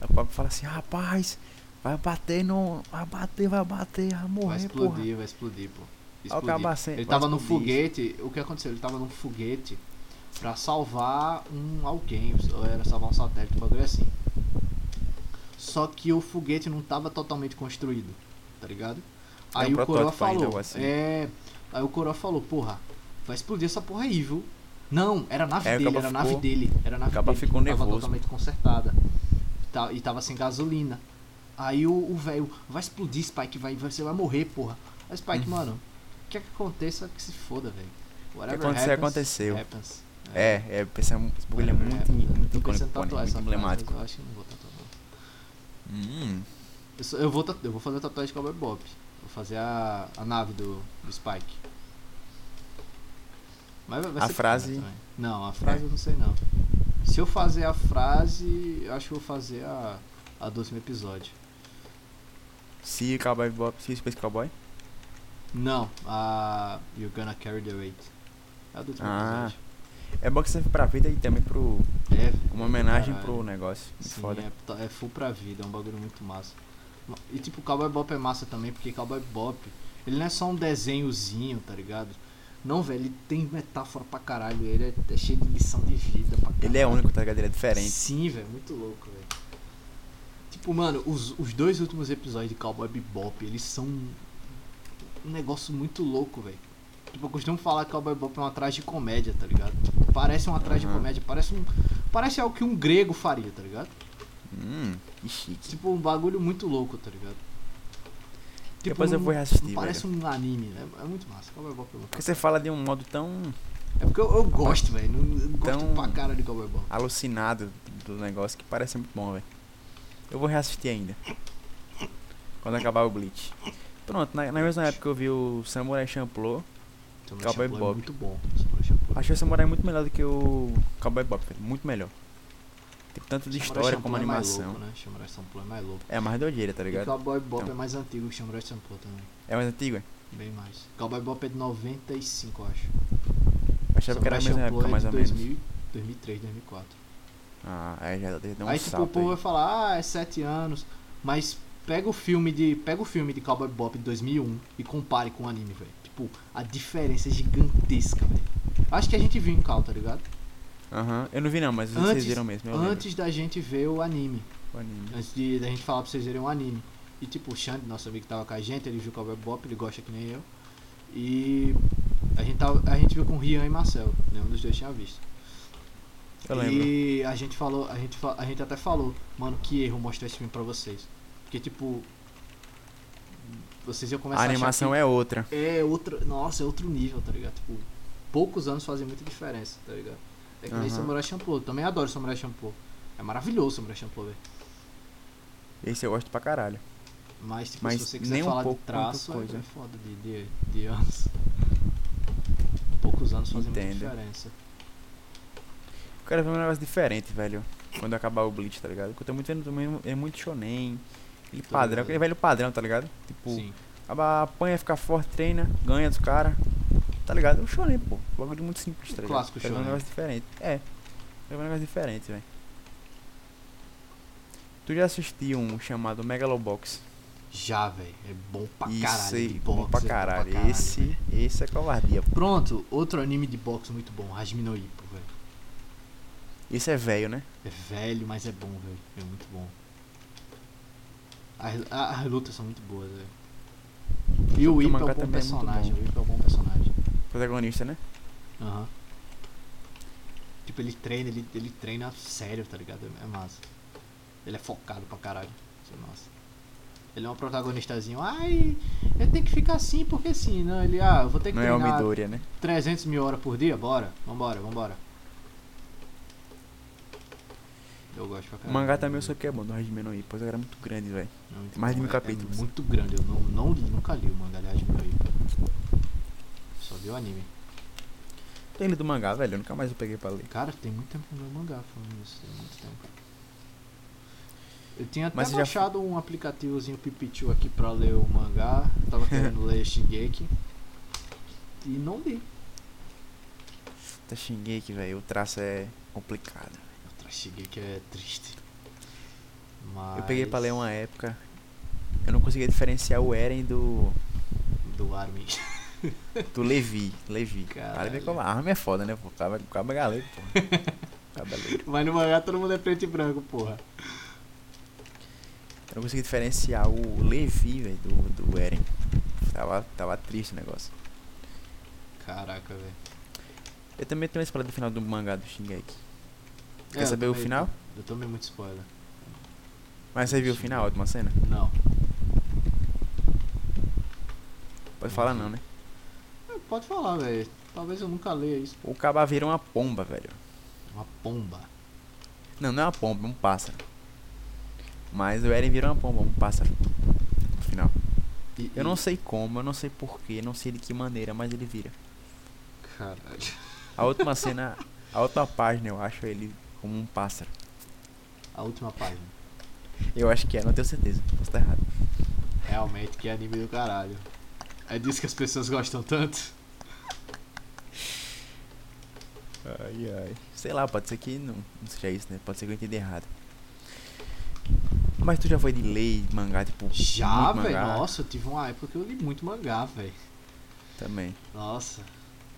Aí o papo fala assim, rapaz, vai bater, não. Vai bater, vai bater, vai morrer, Vai porra. explodir, vai explodir, pô. Aí o Explodir. cabo assim, Ele vai tava num explodir. foguete, o que aconteceu? Ele tava num foguete pra salvar um alguém, ou era salvar um satélite, um bagulho assim. Só que o foguete não tava totalmente construído, tá ligado? É Aí um o Coroa protótipo ainda, falou, algo assim. é, aí o Coroa falou, porra, vai explodir essa porra aí, viu? Não, era a nave Aí É, o dele, era caba a nave ficou- dele, era a nave o caba dele, que ficou não tava nervoso. totalmente consertada. Tá- E tava sem gasolina. Aí o o velho, vai explodir, Spike, vai, você vai morrer, porra. Aí Spike, Uhum. mano, o que é que aconteça que se foda, velho. Whatever acontecer, aconteceu. happens. É, é, pensar, esse bagulho é Whatever muito, happens. Eu muito tô icônico, pensando em pô, né? tatuar muito essa frase, mas emblemático. eu acho que eu não vou tatuar, não. Hum, Eu, só- eu vou, tatu- eu vou fazer a tatuagem de Cowboy Bob. Vou fazer a, a nave do, do Spike. Mas vai, vai A ser frase- É. também. Não, a frase eu não sei não. Se eu fazer a frase, eu acho que eu vou fazer a, a do último episódio. se Cowboy Bob, se Space Cowboy. Não, a You're Gonna Carry the Weight. É a do último Ah, episódio. É bom que serve pra vida e também pro. É, Uma homenagem caralho. pro negócio. Muito Sim, foda. É, to- é full pra vida, é um bagulho muito massa. Ma- E tipo, Cowboy Bop é massa também, porque Cowboy Bop, ele não é só um desenhozinho, tá ligado? Não, velho, ele tem metáfora pra caralho, ele é, é cheio de lição de vida pra caralho. Ele é único, tá ligado? Ele é diferente. Sim, velho, muito louco, velho. Tipo, mano, os, os dois últimos episódios de Cowboy Bebop, eles são um um negócio muito louco, velho. Tipo, eu costumo falar que Cowboy Bebop é uma tragicomédia, tá ligado? Parece uma Uhum. tragicomédia, parece um parece algo que um grego faria, tá ligado? Hum, que chique. Tipo, um bagulho muito louco, tá ligado? Tipo, Depois eu não- vou reassistir, não velho. Parece um anime, né? É muito massa. Cowboy Bebop é muito Porque você fala de um modo tão É porque eu, eu gosto, velho. não- Eu gosto Então- pra cara de Cowboy Bebop. alucinado do negócio que parece muito bom, velho. Eu vou reassistir ainda. Quando acabar o Bleach. Pronto, na, na mesma época eu vi o Samurai Champloo. Cowboy Samurai Champloo É Bebop. muito bom. Samurai Champloo. Achei o Samurai muito melhor do que o Cowboy Bob, velho. Muito melhor. Tem tanto de Samurai história como Champloo é mais animação. louco, né? Samurai Champloo é mais louco. É mais doideira, tá E ligado? Cowboy Bop Então. é mais antigo que Samurai Champloo também. É mais antigo, é? Bem mais. Cowboy Bop é de 95, eu acho. Achava que era a mesma Samurai época, Champloo mais é ou de menos. 2000, 2003, 2004. Ah, aí já deu um aí tipo, o salto povo vai aí. falar, ah, é 7 anos, mas pega o filme de pega o filme de Cowboy Bop de 2001 e compare com o anime, velho. Tipo, a diferença é gigantesca, velho. Acho que a gente viu em Cal, tá ligado? Aham, eu não vi não, mas vocês Antes- viram mesmo, eu Antes da gente ver o anime. lembro. O anime. Antes de, da gente falar pra vocês verem um anime. E tipo, o Xande, nosso amigo que tava com a gente, ele viu Cowboy Bop, ele gosta que nem eu. E a gente, tava, a gente viu com Rian e Marcel, nenhum dos dois tinha visto. Eu lembro. E a gente falou, a gente, fa- a gente até falou, mano, que erro mostrar esse filme pra vocês. Porque tipo. Vocês iam começar A animação a achar é outra. que é outro. Nossa, é outro nível, tá ligado? Tipo, poucos anos fazem muita diferença, tá ligado? É que nem Aham. Samurai Champloo, eu também adoro Samurai Champloo. É maravilhoso Samurai Champloo, velho. Esse eu gosto pra caralho. Mas, tipo, Mas se você nem quiser um falar pouco de traço, quanto coisa. é foda de, de, de anos. Poucos anos fazem Entendo. muita diferença. Eu quero ver um negócio diferente, velho. Quando acabar o Bleach, tá ligado? Porque eu tô muito vendo também. É muito shonen. Aquele Tô padrão, ligado. aquele velho padrão, tá ligado? Tipo, Sim. acaba, apanha, fica forte, treina, ganha dos caras. Tá ligado? O shonen, pô. Um Bagulho muito simples, tá ligado? clássico Quero ver shonen. um negócio diferente. É. Quero ver um negócio diferente, velho. Tu já assistiu um chamado Megalobox? Já, velho. É bom pra Isso caralho. aí, de bom boxe, pra é caralho. caralho, velho. Esse, esse é covardia. pô. Pronto, outro anime de boxe muito bom, Hajime no Ippo, velho. Esse é velho, né? É velho, mas é bom, velho. É muito bom. As, a- as lutas são muito boas, velho. E o Shoto Ippo é um Mangá bom também é muito personagem. bom. O Ippo é um bom personagem. Protagonista, né? Aham. Tipo, ele treina, ele, ele treina sério, tá ligado? É massa. Ele é focado pra caralho. Isso é massa. Ele é um protagonistazinho. Ai, eu tenho que ficar assim porque assim, não. Ele, ah, eu vou ter que Não é o treinar Midoriya, né? 300 mil horas por dia? Bora, vambora, vambora. Eu gosto pra O caralho. mangá também eu sei que é bom, do Hajime no Ippo, pois era muito grande, velho. É muito mais de bom, mil é- capítulos. É muito grande, eu não, não li, nunca li o mangá de Hajime no Ippo. Só vi o anime. Tem lido mangá, velho, eu nunca mais eu peguei pra ler. Cara, tem muito tempo que eu não leio mangá falando isso, tem muito tempo. Eu tinha até Mas você já- baixado um aplicativozinho Pipichu aqui pra ler o mangá. eu Tava querendo ler Shingeki. E não li. Tá Shingeki, velho, o traço é complicado. Outra Shingeki é triste. Mas... Eu peguei pra ler uma época, eu não conseguia diferenciar o Eren do, Do Armin. do Levi. Levi. Cara, Caralho. vem com a arma é foda, né, pô? O cara o cara é galeiro, pô. O cara é galeiro. Mas no mangá todo mundo é preto e branco, porra. Eu não consegui diferenciar o Levi, velho, do, do Eren. Tava, tava triste o negócio. Caraca, velho. Eu também tenho uma spoiler do final do mangá do Shingeki. Quer É, eu saber o tomei- final? Eu tomei muito spoiler. Mas você viu o final, a última cena? Não. Pode falar não, né? É, Pode falar, velho. Talvez eu nunca leia isso. O Kaba vira uma pomba, velho. Uma pomba. Não, não é uma pomba, é um pássaro. Mas o Eren vira uma pomba, um pássaro. No final. E- Eu e- não sei como, eu não sei porquê, não sei de que maneira, mas ele vira. Caralho. A última cena, a última página, eu acho ele como um pássaro. A última página. Eu acho que é, não tenho certeza. Posso estar errado. Realmente que anime do caralho. É disso que as pessoas gostam tanto? Ai, ai. Sei lá, pode ser que não, não seja isso, né? Pode ser que eu entendi errado. Mas tu já foi de lei, mangá, tipo. Já, muito velho. mangá Nossa, eu tive uma época que eu li muito mangá, velho. Também. Nossa.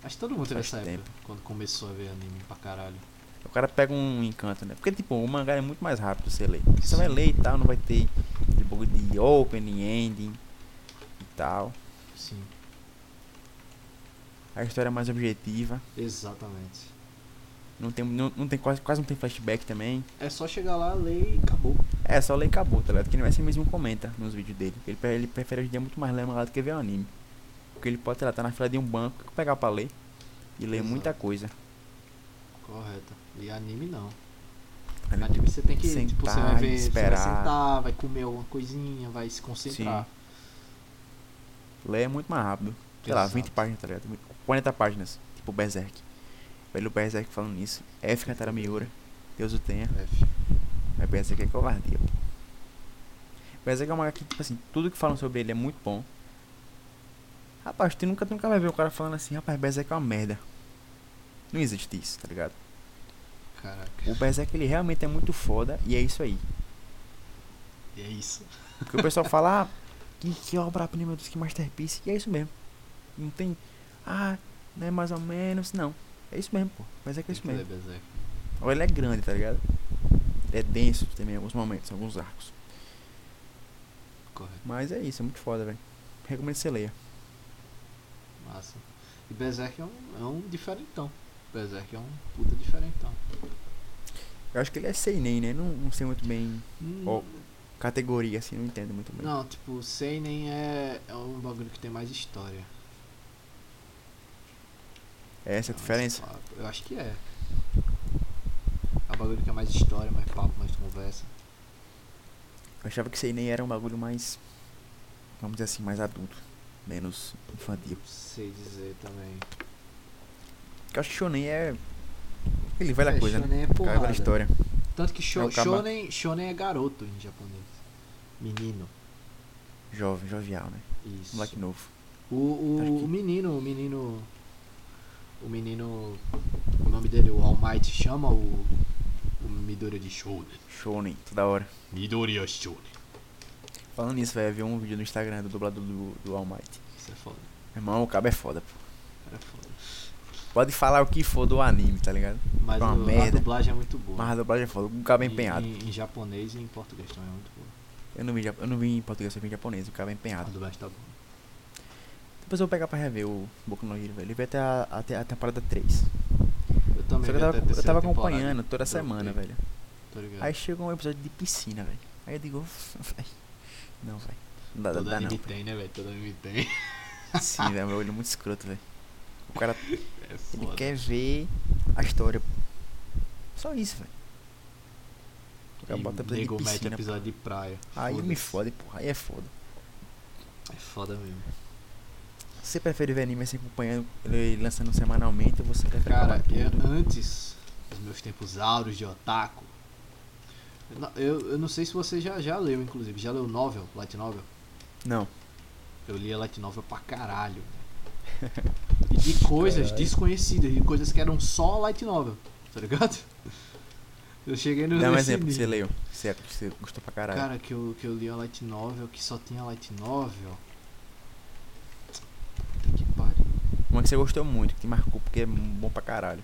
Acho que todo mundo teve Faz essa tempo. época. Quando começou a ver anime pra caralho. O cara pega um encanto, né? Porque, tipo, o mangá é muito mais rápido você ler. Você vai Sim. ler e tal, não vai ter aquele bagulho de opening, ending e tal. Sim. A história é mais objetiva. Exatamente. Não tem, não, não tem quase, quase não tem flashback também. É só chegar lá, ler e acabou. É, só ler e acabou, tá ligado? Que não vai ser mesmo comenta nos vídeos dele. Ele, pre- ele prefere hoje em dia muito mais ler mangá do que ver anime. Porque ele pode, sei lá, tá na fila de um banco, pegar pra ler. E ler Exato. muita coisa. Correto. E anime não. Aí ele- Anime você tem que. tipo, você vai Sentar, ver. Você vai esperar. sentar, vai comer alguma coisinha, vai se concentrar. Ler é muito mais rápido. Sei lá, Exato. 20 páginas, tá ligado? 40 páginas. Tipo Berserk. Velho Berserk falando nisso. F cantar a Miura. Deus o tenha. F. Mas Berserk é covardia. pô. Berserk é uma que, tipo assim, tudo que falam sobre ele é muito bom. Rapaz, tu nunca, tu nunca vai ver o cara falando assim, rapaz, Berserk é uma merda. Não existe isso, tá ligado? Caraca. O Berserk ele realmente é muito foda e é isso aí. E é isso. Porque o pessoal fala, ah, que, que obra-prima, meu Deus, que masterpiece. E é isso mesmo. Não tem, ah, né, mais ou menos. Não. É isso mesmo, pô. Mas é que é isso Tem que ler mesmo. Berserk. Ou ele é grande, tá ligado? É denso também, em alguns momentos, em alguns arcos. Correto. Mas é isso, é muito foda, velho. Recomendo que você leia. Massa. E Berserk é um, é um diferentão. Berserk é um puta diferentão. Eu acho que ele é seinen, né? Não, não sei muito bem Hum, Ó. categoria, assim, não entendo muito bem. Não, tipo, Seinen é, é um bagulho que tem mais história. É essa a É mais diferença? papo. Eu acho que é. É um bagulho que é mais história, mais papo, mais conversa. Eu achava que seinen era um bagulho mais, vamos dizer assim, mais adulto. Menos infantil. Não sei dizer também. Porque eu acho que shonen é aquele velha É, coisa, né? shonen é Aquela velha porrada. história. Tanto que sho- É o caba- shonen, shonen é garoto em japonês. Menino. Jovem, jovial, né? Isso. Moleque novo. O, o, Acho que- o menino, o menino. O menino. O nome dele, o All Might, chama o. O Midoriya de né? Shonen. Shonen, né? toda hora. né? Midoriya Shonen. Falando nisso, vai haver um vídeo no Instagram do dublador do, do All Might. Isso é foda. Meu irmão, o cabo é foda, pô. Era foda. Pode falar o que for do anime, tá ligado? Mas Uma o- a merda. dublagem é muito boa. Mas a dublagem é foda, o cabo é Em- empenhado. Em, em japonês e em português também é muito boa. Eu não vi, jap- eu não vi em português, eu vi em japonês, o cabo é A empenhado. dublagem tá boa. Depois eu vou pegar pra rever o Boku no Hero, velho. Ele veio até a, até a temporada 3. Eu também Só que vi eu tava, até a eu terceira tava temporada, né? acompanhando toda Dropei. semana, velho. Tô tá ligado. Aí chegou um episódio de piscina, velho. Aí eu digo, velho. Não, velho. Não dá, dá, Todo dá não. anime tem, né, velho? Todo anime tem. velho. Sim, velho, meu olho é muito escroto, velho. O cara É Ele foda. quer ver a história. pô. Só isso, velho. O cara E bota episódio de nego mete piscina. episódio de praia. pô. Aí me Foda-se. fode, porra. Aí é foda. É foda mesmo. Você prefere ver anime assim acompanhando ele lançando semanalmente ou você prefere Cara, acabar eu- tudo? antes dos meus tempos áureos de otaku, eu não- eu, eu não sei se você já, já leu, inclusive. Já leu novel, light novel? Não. Eu lia light novel pra caralho. velho. E de coisas Caralho. desconhecidas, de coisas que eram só light novel, tá ligado? Eu cheguei no Dá um nesse exemplo que você leu. nível. que Você, que você gostou pra caralho. Cara, que eu, que eu li a light novel, que só tinha light novel. Puta que pariu. Uma que você gostou muito, que te marcou porque é bom pra caralho.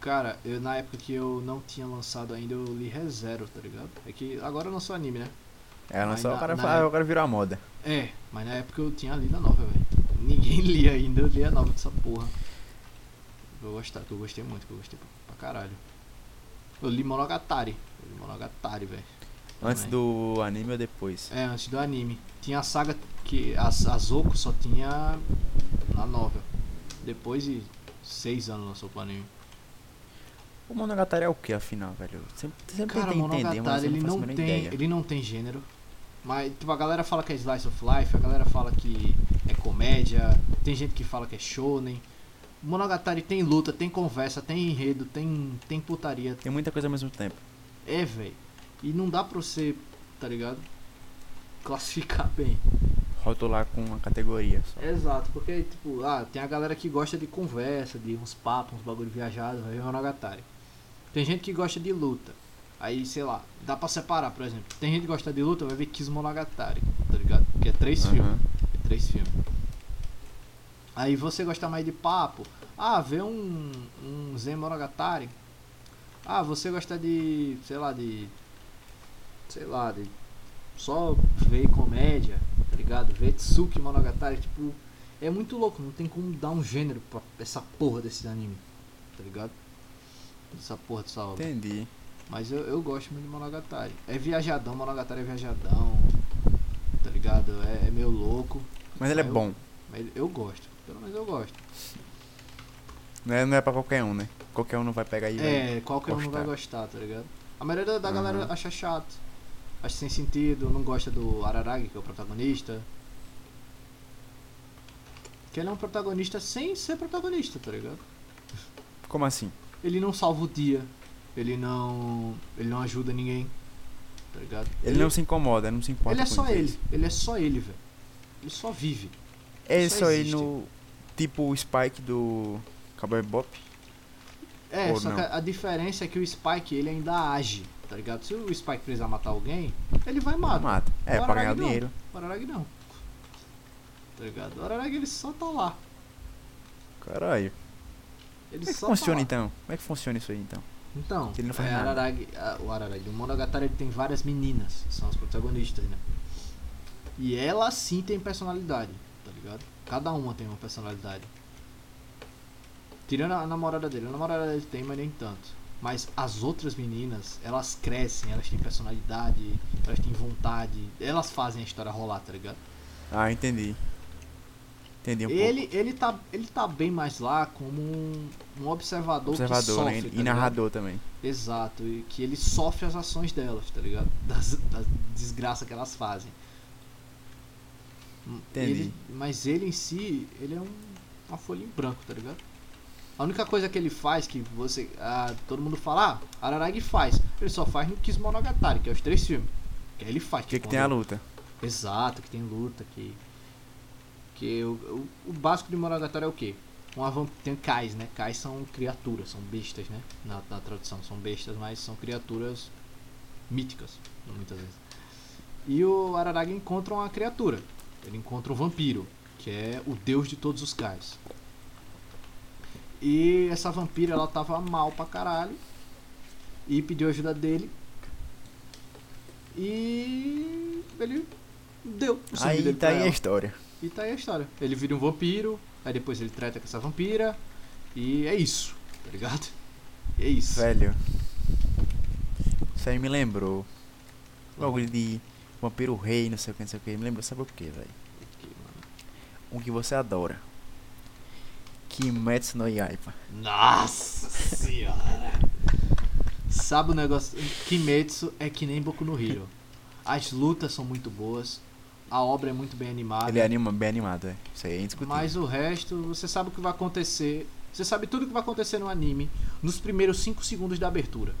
Cara, eu, na época que eu não tinha lançado ainda, eu li ReZero, tá ligado? É que agora eu não sou anime, né? Aí lançou, É, na- o cara na fala, época- "Ah, agora virou a moda. É, mas na época eu tinha lido a nova, velho. Ninguém lia ainda, eu li a nova dessa porra. Eu gostei, que eu gostei muito, que eu gostei pra, pra caralho. Eu li Monogatari. Eu li Monogatari, velho. Antes Também. do anime ou depois? É, antes do anime. Tinha a saga que a, a Zoku só tinha na novela. Depois de seis anos lançou pro anime. O Monogatari é o que, afinal, velho? Sempre, sempre Cara, tentei entender, mas Monogatari, eu ele não faço a não, menor tem, ideia. ele não tem gênero. Mas, tipo, a galera fala que é slice of life, a galera fala que é comédia, tem gente que fala que é shonen. Monogatari tem luta, tem conversa, tem enredo, tem, tem putaria. Tem muita coisa ao mesmo tempo. É, velho. E não dá pra você, tá ligado? Classificar bem. rotular com uma categoria só. Exato, porque, tipo, ah, tem a galera que gosta de conversa, de uns papos, uns bagulho viajado, vai ver Monogatari. Tem gente que gosta de luta. Aí, sei lá, dá pra separar, por exemplo. Tem gente que gosta de luta, vai ver Monogatari, tá ligado? Que é três Aham. filmes. É três filmes. Aí você gosta mais de papo. Ah, vê um, um Zen Monogatari. Ah, você gosta de, sei lá, de. Sei lá, de. Só ver comédia, tá ligado? Ver Tsuki Monogatari, tipo. É muito louco, não tem como dar um gênero pra essa porra desse anime, tá ligado? Essa porra dessa obra. Entendi. Mas eu, eu gosto muito de Monogatari. É viajadão, Monogatari é viajadão, tá ligado? É, é meio louco. Mas ele é Eu- bom. Mas eu gosto, pelo menos eu gosto. Não é, não é pra qualquer um, né? Qualquer um não vai pegar e vai. É, qualquer um não vai gostar, tá ligado? A maioria da Aham. galera acha chato, acha sem sentido, não gosta do Araragi, que é o protagonista. Que ele é um protagonista sem ser protagonista, tá ligado? Como assim? Ele não salva o dia, ele não. ele não ajuda ninguém, tá ligado? Ele não se incomoda, não se importa. ele é com só isso. ele, ele é só ele, velho. Ele só vive. É só só, ele existe. no. Tipo o Spike do Cowboy Bop. É, Ou só não. que a, a diferença é que o Spike ele ainda age, tá ligado? Se o Spike precisar matar alguém, ele vai e mata. Mata. É, Bora pra lá, ganhar Guidão. dinheiro. O Araragi não. Tá ligado? O Araragi ele só tá lá. Caralho. Ele Como é que só funciona tá lá. então? Como é que funciona isso aí então? Então, Que ele não faz é, nada. Araragi, a- o Araragi, o Monogatari ele tem várias meninas, que são as protagonistas, né? E elas sim tem personalidade, tá ligado? Cada uma tem uma personalidade. Tirando a namorada dele, a namorada dele tem, mas nem tanto. Mas as outras meninas, elas crescem, elas têm personalidade, elas têm vontade, elas fazem a história rolar, tá ligado? Ah, entendi. Entendi um pouco. ele, ele, tá, ele tá bem mais lá como um, um observador, que Observador, sofre, né? tá E ligado? narrador também. Exato, e que ele sofre as ações delas, tá ligado? Das, das desgraças que elas fazem. Entendi. Ele- mas ele em si, ele é um, uma folha em branco, tá ligado? A única coisa que ele faz, que você. ah, todo mundo fala, ah, Araragi faz. Ele só faz no Kizmonogatari, que é os três filmes. Que aí ele faz. tipo, O que, que quando- tem a luta? Exato, que tem luta, que. Que o, o, o básico de Monogatari é o quê? Um avan- tem cais, né? Cais são criaturas, são bestas, né? Na, na tradução, são bestas, mas são criaturas míticas, muitas vezes. E o Araraga encontra uma criatura. Ele encontra um vampiro, que é o deus de todos os cais. E essa vampira, ela tava mal pra caralho. E pediu ajuda dele. E ele deu o sangue Aí dele tá pra aí a ela. história. E tá aí a história. Ele vira um vampiro, aí depois ele trata com essa vampira. E é isso, tá ligado? É isso. Velho. Isso aí me lembrou. Logo de Vampiro Rei, não sei o que, não sei o que. Me lembrou, sabe o que, velho? Aqui, mano. Um que você adora. Kimetsu no Yaiba. Nossa senhora! Sabe o negócio? Kimetsu é que nem Boku no Hero. As lutas são muito boas, a obra é muito bem animada. Ele é anima, bem animado, é. Isso aí é indiscutível. Mas o resto, você sabe o que vai acontecer. Você sabe tudo o que vai acontecer no anime nos primeiros 5 segundos da abertura.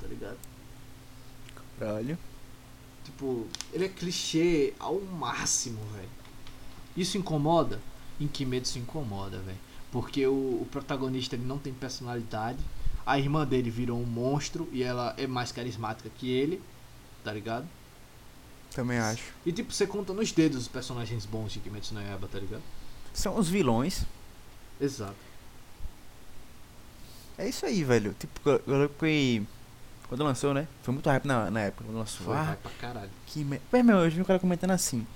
Tá ligado? Caralho. Tipo, ele é clichê ao máximo, velho. Isso incomoda? Em Kimetsu incomoda, velho. Porque o, o protagonista ele não tem personalidade. A irmã dele virou um monstro e ela é mais carismática que ele. Tá ligado? Também acho. E tipo, você conta nos dedos os personagens bons de Kimetsu no Yaiba, tá ligado? São os vilões. Exato. É isso aí, velho. Tipo, eu eu lembro que. Quando lançou, né? Foi muito rápido na, na época. Quando lançou. Foi ah, vai pra caralho. que. Me... Mas, meu, eu vi um cara comentando assim.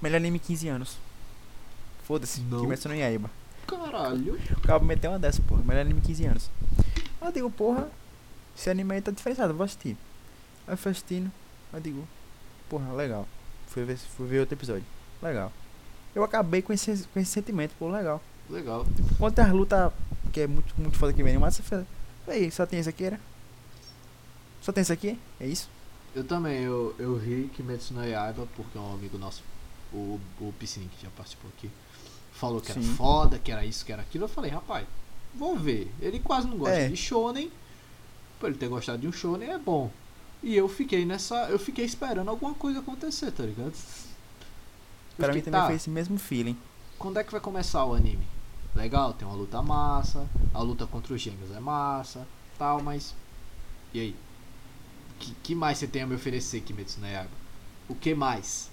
Melhor anime em 15 anos. Foda-se. Não. Kimetsu no Yaiba. Caralho. O cara meteu uma dessa, porra. Melhor anime em 15 anos. Aí eu digo, porra, esse anime aí tá diferenciado, eu vou assistir. Aí eu fui assistindo, aí eu digo, porra, legal. Fui ver, fui ver outro episódio. Legal. Eu acabei com esse, com esse sentimento, pô, legal. Tipo, Legal. Quanto às lutas, que é muito, muito foda que vem animado, você fala, aí, só tem isso aqui, era? Só tem isso aqui? É isso? Eu também, eu, eu ri Kimetsu no Yaiba, porque um amigo nosso, o, o Piscine, que já participou aqui, falou que era Sim. foda, que era isso, que era aquilo. Eu falei, rapaz, vou ver. Ele quase não gosta É. de shonen. Pra ele ter gostado de um shonen é bom. E eu fiquei nessa. Eu fiquei esperando alguma coisa acontecer, tá ligado? Eu Pra mim fiquei, também tá, foi esse mesmo feeling. Quando é que vai começar o anime? Legal, tem uma luta massa, a luta contra os gêmeos é massa, tal, mas. E aí? Que, que mais você tem a me oferecer, Kimetsu no Yaiba? O que mais?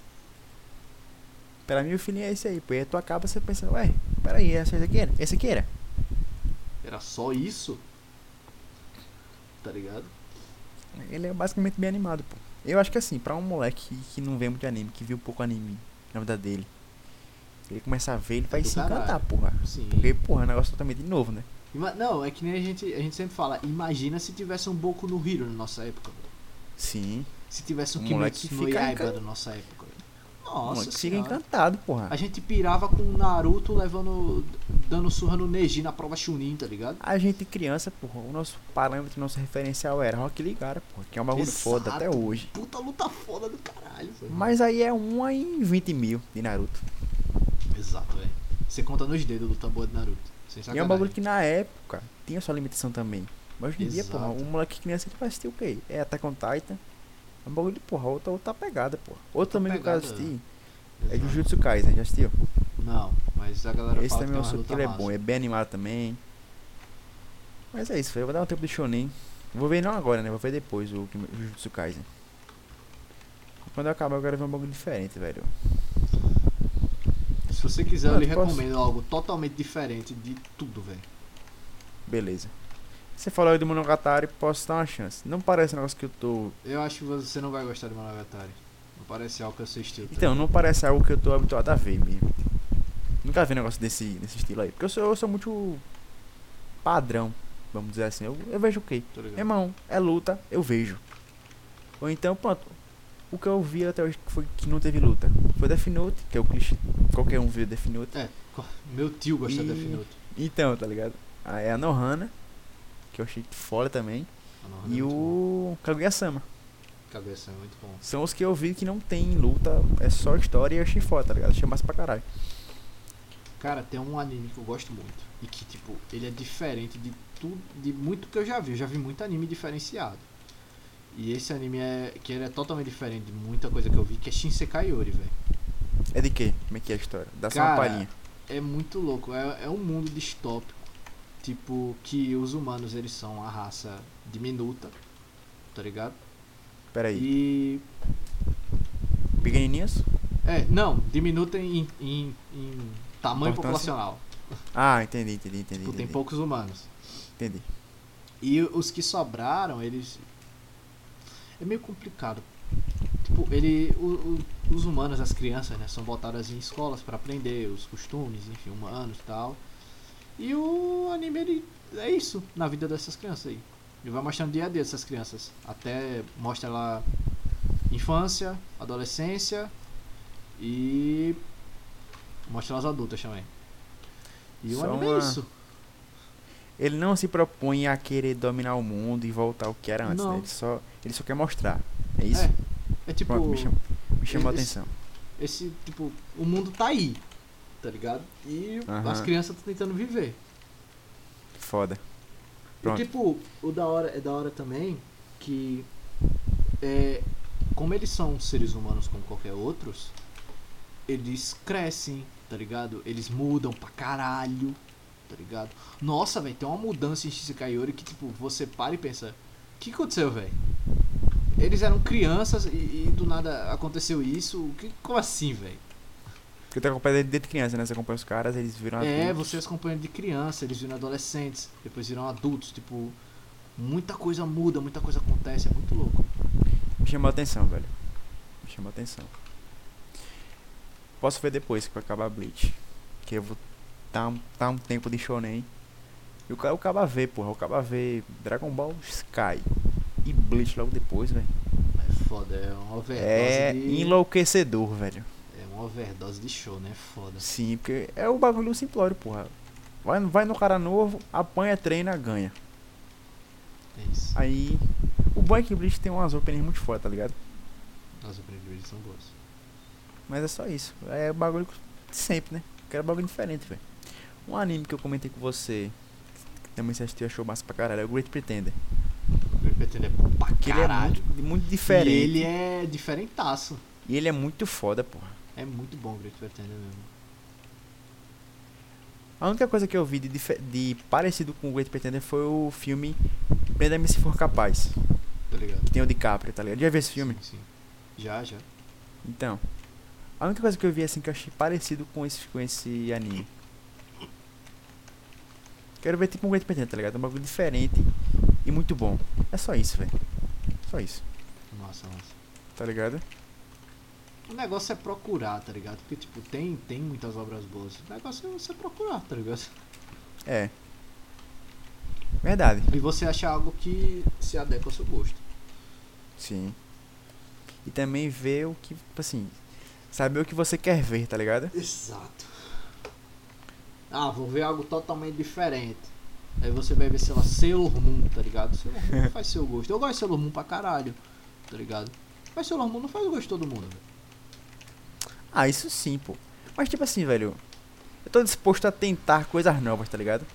Pra mim o feeling é esse aí, pô. E aí tu acaba, você pensa, ué, peraí, essa aqui era? Esse aqui era? Era só isso? Tá ligado? Ele é basicamente bem animado, pô. Eu acho que assim, pra um moleque que, que não vê muito anime, que viu pouco anime na vida dele, ele começar a ver, ele vai do se encantar, caralho. porra. Sim. Porque, porra, é um negócio totalmente novo, né? Ima- não, é que nem a gente, a gente sempre fala, imagina se tivesse um Boku no Hero na nossa época. Sim. Se tivesse um O moleque Kimetsu no fica Yaiba encan- na nossa época. O Nossa, moleque fica senhora. encantado, porra. A gente pirava com o Naruto levando. dando surra no Neji na prova Chunin, tá ligado? A gente criança, porra, o nosso parâmetro, nosso referencial era Rock Ligara, porra, que é um bagulho foda até Exato. hoje. Puta luta foda do caralho. velho. Mas aí é uma em 20 mil de Naruto. Exato, velho. Você conta nos dedos do tambor de Naruto. E Sem é um sacanagem. bagulho que na época tinha sua limitação também. Mas hoje em dia, porra, Exato. um moleque criança ele vai assistir o quê? É Attack on Titan. É um bagulho, porra, outra, outra pegada, porra. Outro também que eu quero pegada. né? assistir é Exato. Jujutsu Kaisen, já assistiu? Não, mas a galera Esse fala também que tem eu uma soube que luta ele é massa. bom, é bem animado também. Mas é isso, velho. eu vou dar um tempo de Shonen. Vou ver não agora, né? Vou ver depois o Kim- Jujutsu Kaisen. Quando eu acabar, eu quero ver um bagulho diferente, velho. Se você quiser, Ah, eu lhe posso? recomendo algo totalmente diferente de tudo, velho. Beleza. Você falou aí do Monogatari, posso dar uma chance. Não parece um negócio que eu tô Eu acho que você não vai gostar de Monogatari. Não parece algo que eu seu estilo. tá? Então, não parece algo que eu tô habituado a ver mesmo. Nunca vi um negócio desse, desse estilo aí. Porque eu sou, eu sou muito padrão, vamos dizer assim. Eu, eu vejo o quê? Tô tá ligado. É mão, é luta, eu vejo. Ou então, pronto. O que eu vi até hoje que foi que não teve luta. Foi Death Note, que é o clichê. Qualquer um viu Death Note. É, co- meu tio gosta E- da Finute. Então, tá ligado? Aí é a Nohana, que eu achei foda também. Ah, E o Kaguya-sama. é Cabeça é muito bom. São os que eu vi que não tem luta, é só história e eu achei foda, tá ligado? Achei massa pra caralho. Cara, tem um anime que eu gosto muito. E que, tipo, ele é diferente de tudo, de muito que eu já vi. Eu já vi muito anime diferenciado. E esse anime é. que ele é totalmente diferente de muita coisa que eu vi, que é Shinsekai Yori, velho. É de quê? Como é que é a história? Dá só uma Cara, palhinha. é muito louco. É, é um mundo distópico. Tipo, que os humanos eles são a É raça diminuta, tá ligado? Peraí. E Pequenininhas? É, não, diminuta em, em- em tamanho Importância. populacional. Ah, entendi, entendi, entendi. Tipo, tem entendi. poucos humanos. Entendi. E os que sobraram, eles. É meio complicado. Tipo, ele. o- o- os humanos, as crianças, né? São botadas em escolas pra aprender os costumes, enfim, humanos e tal. E o anime, ele. É isso na vida dessas crianças aí. Ele vai mostrando o dia a dia dessas crianças. Até mostra lá. Infância, adolescência. E. Mostra as adultas também. E o Só anime é uma- isso. Ele não se propõe a querer dominar o mundo e voltar ao que era antes, Não. né? Ele só, ele só quer mostrar. É isso? É, é tipo. Pronto, me chamou, me chamou a esse- atenção. esse tipo, o mundo tá aí, tá ligado? E Aham. as crianças estão tentando viver. Foda. E Pronto. tipo, o da hora é da hora também que é, como eles são seres humanos como qualquer outros, eles crescem, tá ligado? Eles mudam pra caralho, tá ligado? Nossa, velho, tem uma mudança em Shisekaiori que tipo, você para e pensa, o que aconteceu, velho? Eles eram crianças e, e do nada aconteceu isso. O que, como assim, velho? Porque eu tô acompanhando ele desde criança, né? Você acompanha os caras, eles viram É, adultos. você as acompanha de criança, eles viram adolescentes, depois viram adultos, tipo, muita coisa muda, muita coisa acontece, é muito louco. Me chamou a atenção, velho. Me chamou a atenção. Posso ver depois que vai acabar Bleach. Que eu vou tá um, tá um tempo de shonen. E o cara o acaba ver, porra. O acaba ver Dragon Ball Sky e Bleach logo depois, velho. É foda, é uma overdose É de. enlouquecedor, velho. É uma overdose de show, né? Foda. Sim, porque é o bagulho simplório, porra. Vai, vai no cara novo, apanha, treina, ganha. É isso. Aí. O bom é que Bleach tem umas openings muito foda, tá ligado? As opiniões são boas. Mas é só isso. É o bagulho de sempre, né? Quero bagulho diferente, velho. Um anime que eu comentei com você, que também você assistiu e achou massa pra caralho, é o Great Pretender. O Perpetendo é bom pra Que ele é caralho. muito, muito E diferente. ele é diferentaço. E ele é muito foda, porra. É muito bom o Great Pretender mesmo. A única coisa que eu vi de, dife- de parecido com o Great Pretender foi o filme Prenda-me Se For Capaz, Tá ligado? que tem o DiCaprio, tá ligado? Já viu esse filme? Sim, sim. Já, já. Então, a única coisa que eu vi assim que eu achei parecido com esse, com esse anime. Quero ver tipo um Great Pretender, tá ligado? Um bagulho diferente e muito bom. É só isso, velho. Só isso, Massa, massa. tá ligado? O negócio é procurar, tá ligado? Porque, tipo, tem, tem muitas obras boas. O negócio é você procurar, tá ligado? É. Verdade. E você achar algo que se adequa ao seu gosto. Sim. E também ver o que, tipo assim, saber o que você quer ver, tá ligado? Exato. Ah, vou ver algo totalmente diferente. Aí você vai ver, sei lá, Sailor Moon, tá ligado? Sailor Moon não faz seu gosto. Eu gosto de Sailor Moon pra caralho, tá ligado? Mas Sailor Moon não faz o gosto de todo mundo, velho. Ah, isso sim, pô. Mas tipo assim, velho, eu tô disposto a tentar coisas novas, tá ligado?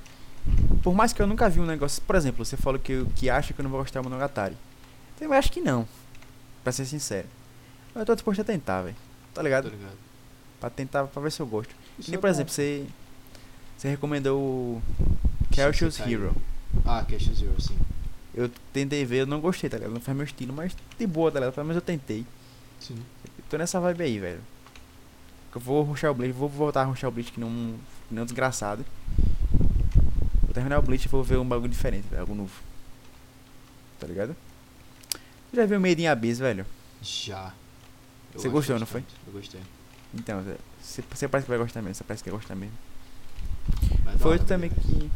Por mais que eu nunca vi um negócio, por exemplo, você falou que, eu- que acha que eu não vou gostar do Monogatari. Eu acho que não, pra ser sincero. Mas eu tô disposto a tentar, velho. Tá Tá ligado? ligado? Pra tentar, pra ver se eu gosto. Isso Nem, é por bom. exemplo, você, você recomendou o Chaos Sentai. Hero. Ah, Cash Zero, sim. Eu tentei ver, eu não gostei, tá ligado? Não foi meu estilo, mas de boa, tá ligado? Pelo menos eu tentei. Sim. Eu tô nessa vibe aí, velho. Eu vou rushar o Bleach, vou voltar a rushar o Bleach que não, que não é um desgraçado. Vou terminar o Bleach e vou ver um bagulho diferente, velho, algo novo. Tá ligado? Eu já vi o Made in Abyss, velho. Já. Eu Você gosto gostou, não bastante. Eu gostei. Então, Zé, você você parece que vai gostar mesmo, você parece que vai gostar mesmo. Mas da Foi hora, outro também beleza.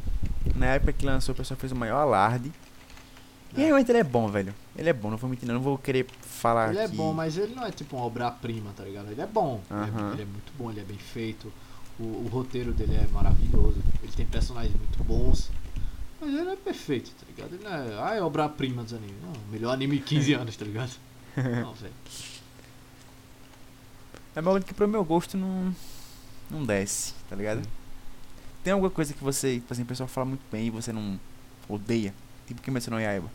que, na época que lançou, o pessoal fez o maior alarde. E É. realmente ele é bom, velho. Ele é bom, não vou mentir, não, não vou querer falar Ele é que- bom, mas ele não é tipo uma obra-prima, tá ligado? Ele é bom. Ele é- Aham. Ele, é, muito bom, ele é bem feito. O, o roteiro dele é maravilhoso. Ele tem personagens muito bons. Mas ele não é perfeito, tá ligado? Ele não é. Ah, é obra-prima dos animes. Não, melhor anime em 15 anos, tá ligado? Não, velho. É um bagulho que pro meu gosto não. Não desce, tá ligado? Hum. Tem alguma coisa que você, tipo assim, o pessoal fala muito bem e você não odeia? Tipo que você não Yaiba.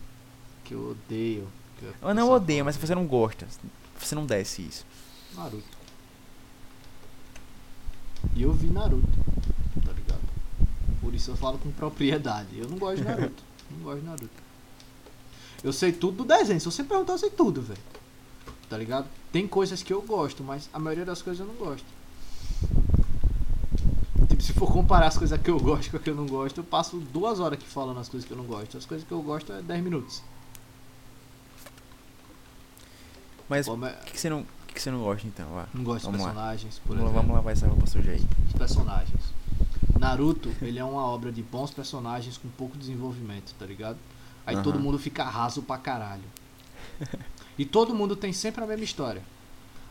Que eu odeio. que a Ou não pessoa odeia, fala, mas você não gosta. Você não desce isso. Naruto. E eu vi Naruto, tá ligado? Por isso eu falo com propriedade. Eu não gosto de Naruto. não gosto de Naruto. Eu sei tudo do desenho. Se você perguntar, eu sei tudo, velho. tá ligado? Tem coisas que eu gosto, mas a maioria das coisas eu não gosto. Tipo, se for comparar as coisas que eu gosto com as que eu não gosto, eu passo duas horas aqui falando as coisas que eu não gosto. As coisas que eu gosto é 10 minutos. Mas Pô, o mas que, que você não, que, que você não gosta então? Vá. é- não gosto Vamos de lá. personagens, por Vamos, lá- exemplo. vamos lavar essa roupa suja aí. Os personagens. Naruto, ele é uma obra de bons personagens com pouco desenvolvimento, tá ligado? Aí Aham. todo mundo fica raso pra caralho. E todo mundo tem sempre a mesma história.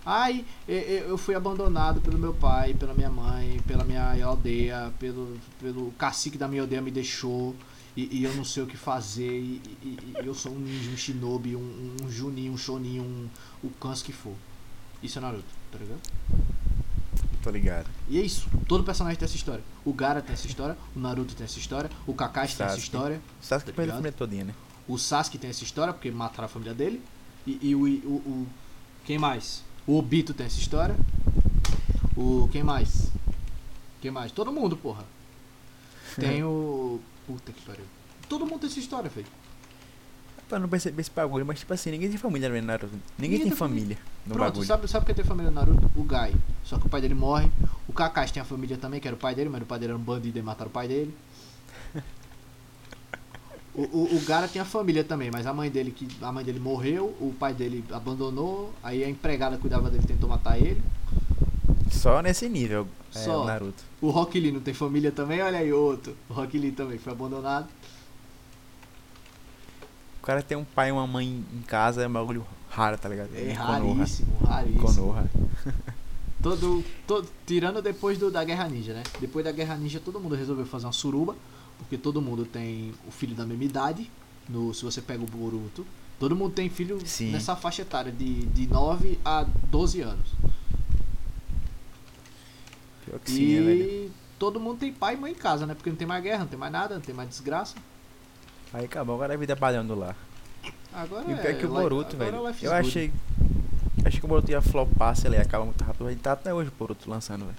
Ai, e- e- eu fui abandonado pelo meu pai, pela minha mãe, pela minha aldeia, pelo, pelo cacique da minha aldeia me deixou. E, e eu não sei o que fazer. E, e- e eu sou um ninja, um shinobi, um, um juninho, um shonin, um, o canso que for. Isso é Naruto, tá ligado? Tô ligado. E é isso. Todo personagem tem essa história. O Gara tem essa história, o Naruto tem essa história, o Kakashi tem essa Sasuke. história, O Sasuke Tá perdeu a ligado? família todinha, né? o Sasuke tem essa história, porque mataram a família dele. E, e o, e o, o- Quem mais? O Obito tem essa história. O. Quem mais? Quem mais? Todo mundo, porra. Tem o. Puta que pariu. Todo mundo tem essa história, velho. Pra não perceber esse bagulho, mas tipo assim, ninguém tem família no Naruto. Ninguém, Ninguém tem tem família no Pronto, bagulho. sabe, sabe o que tem família do Naruto? O Gai. Só que o pai dele morre. O Kakashi tem a família também, que era o pai dele, mas o pai dele era um bandido e mataram o pai dele. O, o, o Gara tem a família também, mas a mãe dele que a mãe dele morreu, o pai dele abandonou, aí a empregada cuidava dele tentou matar ele. Só nesse nível é, Só. o Naruto. O Rock Lee não tem família também, olha aí outro. O Rock Lee também foi abandonado. O cara tem um pai e uma mãe em casa, é um bagulho raro, tá ligado? É Em raríssimo, Konoha. raríssimo. Konoha. Todo, todo, tirando depois do, da Guerra Ninja, né? Depois da Guerra Ninja, todo mundo resolveu fazer uma suruba, porque todo mundo tem o filho da mesma idade. No, se você pega o Boruto, todo mundo tem filho Sim. nessa faixa etária, de, de 9 a 12 anos. Pior que E sim, né, velho? todo mundo tem pai e mãe em casa, né? Porque não tem mais guerra, não tem mais nada, não tem mais desgraça. Aí acabou, agora é vida padrão do lar. Agora E o pior é que o li- Boruto, agora velho. life Eu is good. achei. Achei que o Boruto ia flopar, sei lá, ia acabar muito rápido. Ele tá até hoje o Boruto lançando, velho.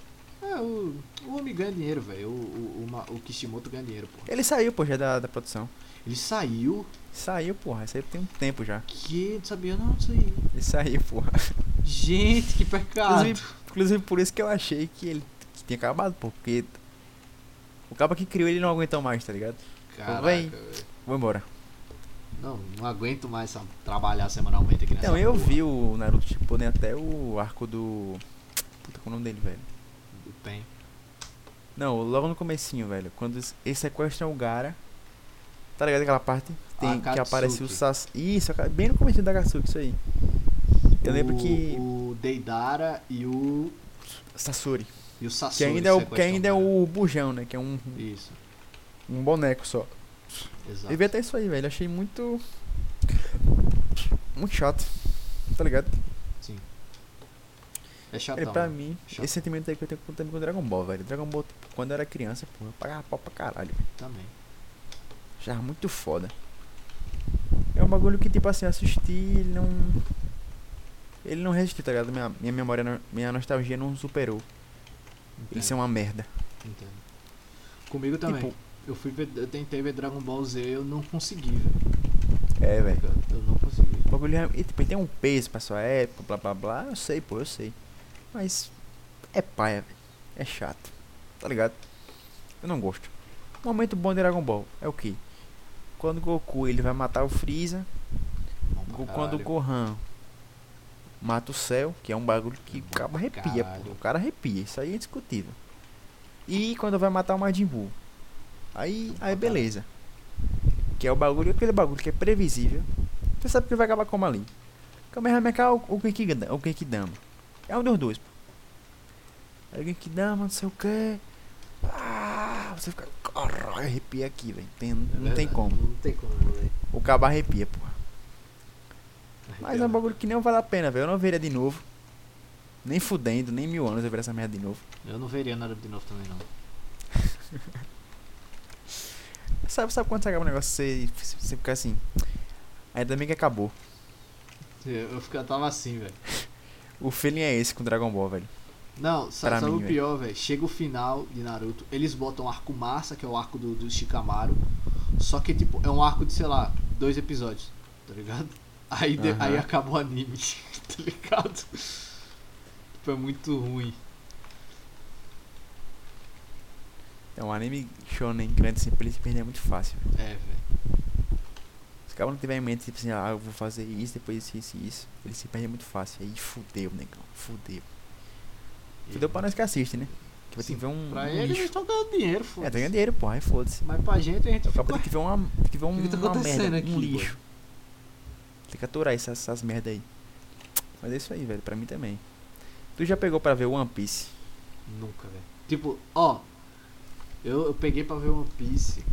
É, o, o homem ganha dinheiro, velho. O, o, o Ma- o Kishimoto ganha dinheiro, pô. Ele saiu, pô, já da, da produção. Ele saiu, Saiu, porra. Saiu tem um tempo já. que não sabia não disso aí. Ele saiu, porra. Gente, que pecado. Inclusive, inclusive por isso que eu achei que ele que tinha acabado, pô, porque. O cara que criou ele não aguentou mais, tá ligado? Caraca, Vem. velho. Vou embora. Não, não aguento mais essa- trabalhar semanalmente aqui nessa Então, eu porra. vi o Naruto Shippuden até o arco do... Puta, qual é o nome dele, velho? Do Pen. Não, logo no comecinho, velho. Quando eles eles sequestram o Gara. Tá ligado aquela parte? Tem, que Akatsuki. aparece o Sas... Isso, aca- bem no comecinho da Akatsuki, isso aí. Eu lembro O- que... O Deidara e o. Sasori. E o Sasori. Que ainda, é o, que sequestram ainda é o o Bujão, né? Que é um, cara. Isso, um boneco só. exato. Eu vi até isso aí, velho. Achei muito... Muito chato. Tá ligado? Sim. É Ele, chatão. pra né? mim, Chato. esse sentimento aí que eu tenho com- também com Dragon Ball, velho. Dragon Ball, tipo, quando eu era criança, pô, eu pagava pau pra caralho. Também. Achava muito foda. É um bagulho que, tipo assim, eu assisti e ele não. Ele não resistiu, tá ligado? Minha, minha memória, não- minha nostalgia não superou. Ele Entendo, ser uma merda. entendo. Comigo também. Tipo- Eu fui ver, eu tentei ver Dragon Ball Z, eu não consegui, velho. É, velho. Eu- Eu não consegui. O bagulho é. e, tipo, ele tem um peso pra sua época, blá blá blá. Eu sei, pô, eu sei. Mas. É paia, velho. É chato. Tá ligado? Eu não gosto. O momento bom de Dragon Ball é o quê? Quando o Goku ele vai matar o Freeza. Bom pra Go- Quando o caralho. Gohan mata o céu, que é um bagulho que o Bom cara pra arrepia, pô. caralho. O cara arrepia, isso aí é indiscutível. E quando vai matar o Majin Buu. Aí, aí caralho. beleza. Que é o bagulho, aquele bagulho que é previsível. Você sabe que vai acabar como ali. Kamehameha ou o Genkidama, o Genkidama. É um dos dois, pô. Aí o Genkidama, não sei o que. Ah, você fica. Caralho, arrepia aqui, velho. Tem- É Não tem verdade, como. Não tem como, velho. O cabo arrepia, pô. Mas é um Entendo. bagulho que não vale a pena, velho. Eu não veria de novo. Nem fudendo, nem mil anos eu veria essa merda de novo. Eu não veria nada de novo também, não. Sabe, sabe quando você acaba um negócio, você, você fica assim. Ainda bem que acabou. Eu, eu fica- eu tava assim, velho. O feeling é esse com Dragon Ball, velho. Não, sa- Pra sabe mim, o velho. pior, velho? Chega o final de Naruto, eles botam o arco massa, que é o arco do, do Shikamaru. Só que, tipo, é um arco de, sei lá, dois episódios, tá ligado? Aí, de- Aham. aí acaba o anime, tá ligado? Tipo, é muito ruim. É um anime shonen grande sempre ele se perder é muito fácil. velho. É, velho. Se o cara não tiver em mente, tipo assim, ah, eu vou fazer isso, depois isso, isso, isso, ele se perde muito fácil. Aí fudeu, negão, fudeu. Fudeu pra nós que assiste, né? Que vai ter Sim, que ver um. Pra um ele, eles lixo. estão ganhando dinheiro, foda É, tá ganhando dinheiro, porra, aí foda-se. Mas pra gente, a gente O fica... cara tem que ver uma, tem que ver um, que tá uma acontecendo merda, aqui, um lixo. Tem que aturar essas, essas merda aí. Mas é isso aí, velho, pra mim também. Tu já pegou pra ver One Piece? Nunca, velho. Tipo, ó. Eu, eu peguei pra ver One Piece.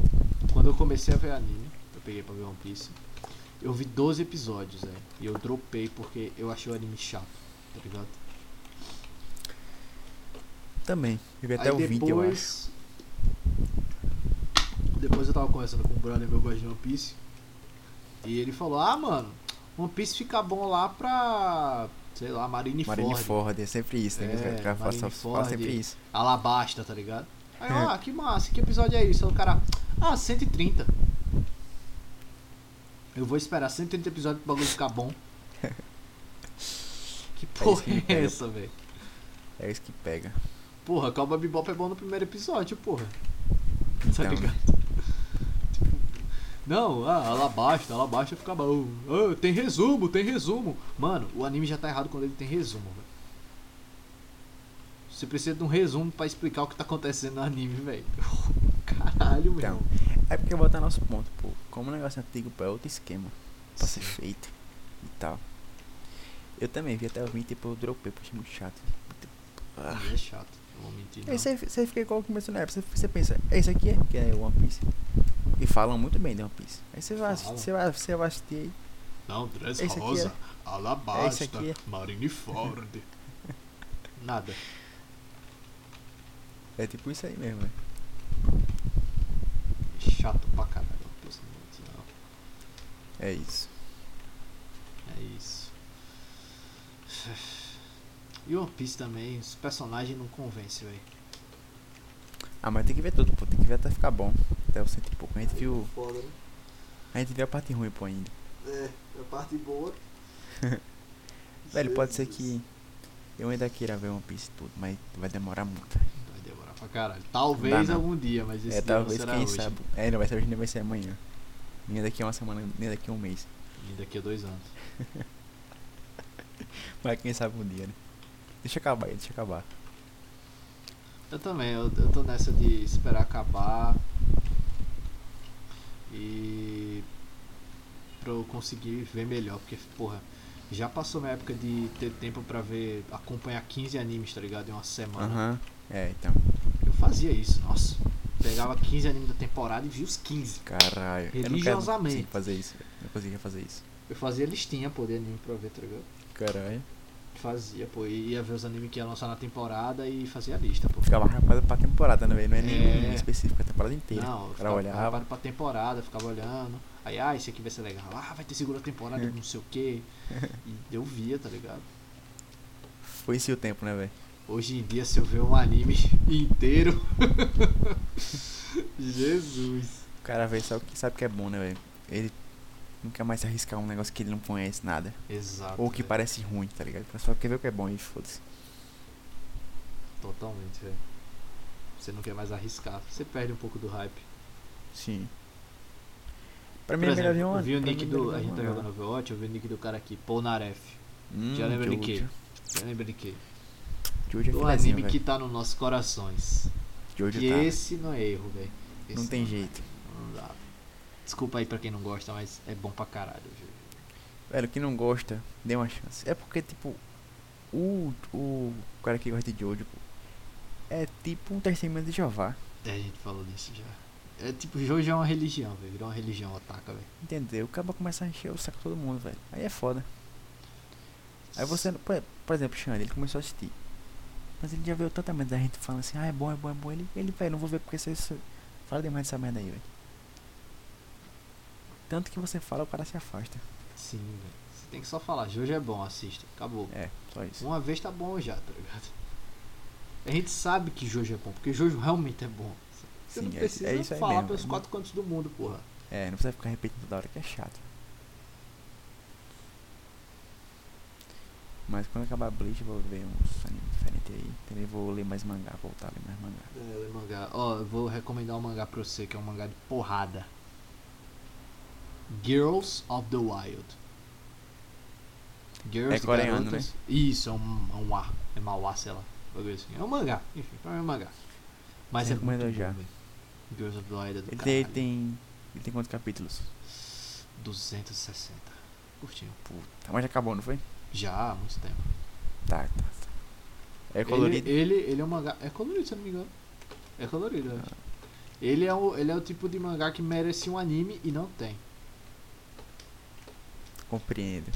Quando eu comecei a ver anime, eu peguei pra ver One Piece. Eu vi 12 episódios, velho. E eu dropei porque eu achei o anime chato, tá ligado? Também. Eu vi até Aí o 20, eu acho. depois. Depois eu tava conversando com um brother meu que gosta de One Piece. E ele falou, ah mano, One Piece fica bom lá pra. sei lá, Marineford. Marineford, é sempre isso, né? É, o cara fala, só- fala Marineford. sempre isso. Alabasta, tá ligado? Aí, eu, É. ah, que massa, que episódio é isso? Aí o cara, ah, 130. Eu vou esperar 130 episódios pro bagulho ficar bom. que porra que me é, pega. essa, velho? É isso que pega. Porra, Calma Bebop é bom no primeiro episódio, porra. Tá Então, ligado? Tipo, Não, ah, Alabasta, Alabasta fica bom. Ah, tem resumo, tem resumo. Mano, o anime já tá errado quando ele tem resumo, velho. Você precisa de um resumo pra explicar o que tá acontecendo no anime, velho. Caralho, meu. Então, é porque eu vou botar nosso ponto, pô. Como o negócio antigo, pô, é outro esquema pra ser feito e tal. Eu também vi até o 20 e depois eu dropei, pô, achei muito chato. Muito- Ah. É chato, não vou mentir. Não. Aí você, você fica igual que começou na época, você, você pensa, é isso aqui é, que é One Piece. E falam muito bem de One Piece. Aí você vai, assistir- Falam. você vai, você vai assistir Não, Dress Esse aqui é- Rosa, esse Alabasta, aqui é. Marineford. Nada. aí. É tipo isso aí mesmo, velho. Chato pra caralho. One Piece, não vou mentir, não. É isso. É isso. E One Piece também, os personagens não convencem, velho. Ah, mas tem que ver tudo, pô. Tem que ver até ficar bom. Até o cento e pouco. A gente viu. Foda, né? A gente viu a parte ruim, pô, ainda. É, a parte boa. Velho, pode ser que eu ainda queira ver One Piece e tudo, mas vai demorar muito. velho. Vai demorar pra caralho. Não Talvez dá, não. algum dia, mas esse É, dia não talvez, será quem hoje. sabe. É, não vai ser hoje, nem vai ser amanhã. Nem daqui a uma semana, nem daqui a um mês. E daqui a dois anos. Mas quem sabe um dia, né? Deixa acabar aí, deixa acabar. Eu também, eu, eu tô nessa de esperar acabar. E. pra eu conseguir ver melhor, porque, porra, já passou minha época de ter tempo pra ver, acompanhar 15 animes, tá ligado? Em uma semana. Aham. É, então. Eu fazia isso, nossa. Pegava 15 animes da temporada e via os 15. Caralho. Eu não quero não Religiosamente. consigo fazer isso. velho. Não conseguia fazer isso. Eu fazia listinha, pô, de anime pra ver, tá ligado? Caralho. Fazia, pô. E ia ver os animes que ia lançar na temporada e fazia a lista, pô. Ficava rapado pra temporada, né, velho? Não é nem É. um específico, é a temporada inteira. Não, eu o cara ficava olhava. preocupado pra temporada, ficava olhando. Aí, ah, esse aqui vai ser legal. Ah, vai ter segunda temporada, de não sei o quê. E eu via, tá ligado? Foi esse o tempo, né, velho? Hoje em dia, se eu ver um anime inteiro. Jesus. O cara, velho, sabe o que sabe que é bom, né, velho? Ele nunca mais se arriscar um negócio que ele não conhece nada. Exato. Ou que velho. parece ruim, tá ligado? O cara só quer ver o que é bom e foda-se. Totalmente, velho. Você não quer mais arriscar. Você perde um pouco do hype. Sim. Pra Por mim é melhor exemplo, ver eu um vi o pra nick mim é do. melhor A ver gente tá um- jogando Overwatch, eu vi o nick do cara aqui, Polnareff. Hum, Já lembra de hoje- quê? Você lembra de quê? De hoje é Do filezinho, anime velho. que tá nos nossos corações. De hoje E tá. esse não é erro, velho. Esse Não tem jeito. Não dá. Desculpa aí pra quem não gosta, mas é bom pra caralho, viu? Velho, quem não gosta, dê uma chance. É porque, tipo, o, o cara que gosta de Jojo, pô, é tipo um testemunho de Jeová. É, a gente falou disso já. É tipo, Jojo é uma religião, velho. Virou uma religião, ataca, velho. Entendeu? O cara começa a encher o saco de todo mundo, velho. Aí é foda. Aí você, não- por por exemplo, o Xande, ele começou a assistir. Mas ele já viu tanta merda da gente falando assim, ah, é bom, é bom, é bom. Ele, ele velho, não vou ver porque você você fala demais dessa merda aí, velho. Tanto que você fala, o cara se afasta. Sim, velho. Você tem que só falar, Jojo é bom, assista. Acabou. É, só isso. Uma vez tá bom já, tá ligado? A gente sabe que Jojo é bom, porque Jojo realmente é bom. Você Sim, não é- precisa é isso aí falar mesmo, pelos velho. quatro cantos do mundo, porra. É, não precisa ficar repetindo toda hora que é chato. Mas quando acabar Bleach, eu vou ver uns animes diferentes aí. Também vou ler mais mangá, voltar a ler mais mangá. É, ler mangá. Ó, eu vou recomendar um mangá pra você que é um mangá de porrada. Girls of the Wild. Girls É coreano, garotas. Isso, é um, é um ar. É mauá, sei lá. bagulho assim. É um mangá. Enfim, pra mim é um mangá. Mas Você é recomendou muito já? bom, velho. Girls of the Wild é do Ele tem, caralho. ele tem. Ele tem quantos capítulos? 260. Curtinho. Tá, mas já acabou, não foi? Já há muito tempo. Tá, tá, tá. É colorido. Ele, ele, ele é um mangá. É colorido, se eu não me engano. É colorido, eu acho. Ah. Ele é, o, ele é o tipo de mangá que merece um anime e não tem. Compreendo.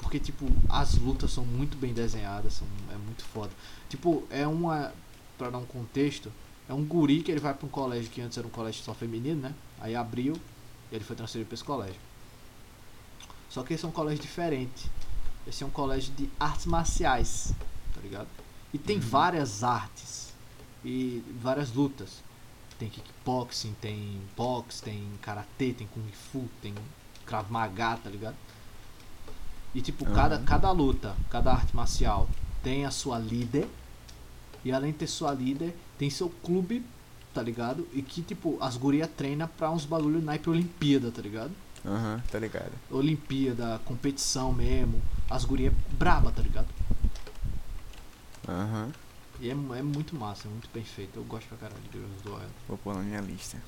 Porque, tipo, as lutas são muito bem desenhadas, são, é muito foda. Tipo, é uma. Pra dar um contexto, é um guri que ele vai pra um colégio que antes era um colégio só feminino, né? Aí abriu, ele foi transferido pra esse colégio. Só que esse é um colégio diferente. Esse é um colégio de artes marciais, tá ligado? E tem Uhum. várias artes e várias lutas. Tem kickboxing, tem boxe, tem karatê, tem kung fu, tem krav maga, tá ligado? E tipo, cada, Aham. cada luta, cada arte marcial tem a sua líder. E além de ter sua líder, tem seu clube, tá ligado? E que tipo, as gurias treina pra uns bagulho naipe Olimpíada, tá ligado? Aham, tá ligado. Olimpíada, competição mesmo. As gurias braba, tá ligado? Aham. E é, é muito massa, é muito bem feito. Eu gosto pra caralho de Girls of the Wild. Vou pôr na minha lista.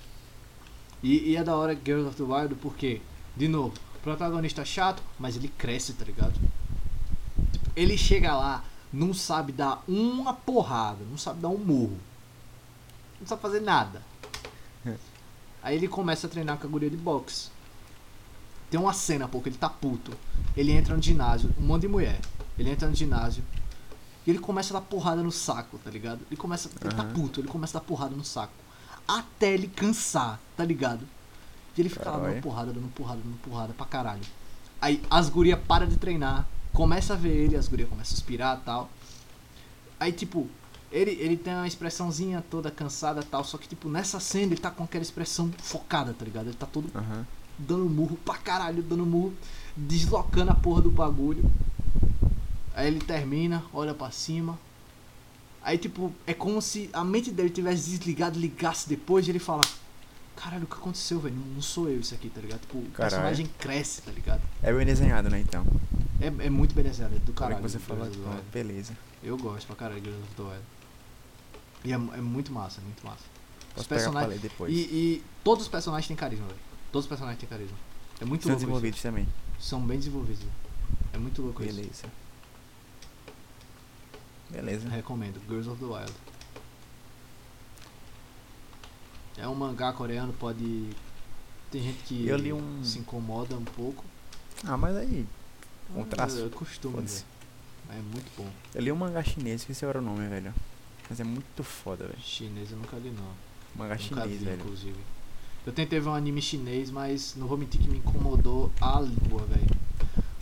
E, e é da hora Girls of the Wild porque, de novo, o protagonista é chato, mas ele cresce, tá ligado? Tipo, ele chega lá, não sabe dar uma porrada, não sabe dar um murro. Não sabe fazer nada. Aí ele começa a treinar com a guria de boxe. Tem uma cena, pouco, ele tá puto. Ele entra no ginásio, um monte de mulher. Ele entra no ginásio. E ele começa a dar porrada no saco, tá ligado? Ele começa. Ele tá Aham. puto, ele começa a dar porrada no saco. Até ele cansar, tá ligado? E ele fica lá Caralho. dando porrada, dando porrada, dando porrada pra caralho. Aí as gurias param de treinar, começa a ver ele, as gurias começam a suspirar e tal. Aí, tipo, ele, ele tem uma expressãozinha toda cansada e tal, só que, tipo, nessa cena ele tá com aquela expressão focada, tá ligado? Ele tá todo Aham. dando murro pra caralho, dando murro, deslocando a porra do bagulho. Aí ele termina, olha pra cima. Aí, tipo, é como se a mente dele tivesse desligado, ligasse depois e ele fala: Caralho, o que aconteceu, velho? Não, não sou eu isso aqui, tá ligado? Tipo, o Caralho. personagem cresce, tá ligado? É bem desenhado, né, então? É, é muito bem desenhado, é do Caralho, caralho. que você do falou Breath of the agora. Wild. Beleza. Eu gosto pra caralho de Breath of the Wild. E é, mu- é muito massa, é muito massa. Os Posso pegar pra personagens. ler depois. E, e todos os personagens têm carisma, velho. Todos os personagens têm carisma. É muito São louco. isso. desenvolvidos também. São bem desenvolvidos. velho. É muito louco isso. Beleza. Beleza. Recomendo, Girls of the Wild. É um mangá coreano, pode. Tem gente que Eu li um- se incomoda um pouco. Ah, mas aí. Um Mas traço. É costume, Foda-se. velho. É muito bom. Eu li um mangá chinês, esqueci agora o nome, velho. Mas é muito foda, velho. Chinês eu nunca li, não. Mangá Nunca chinês, vi, velho. inclusive. Eu tentei ver um anime chinês, mas não vou mentir que me incomodou a língua, velho.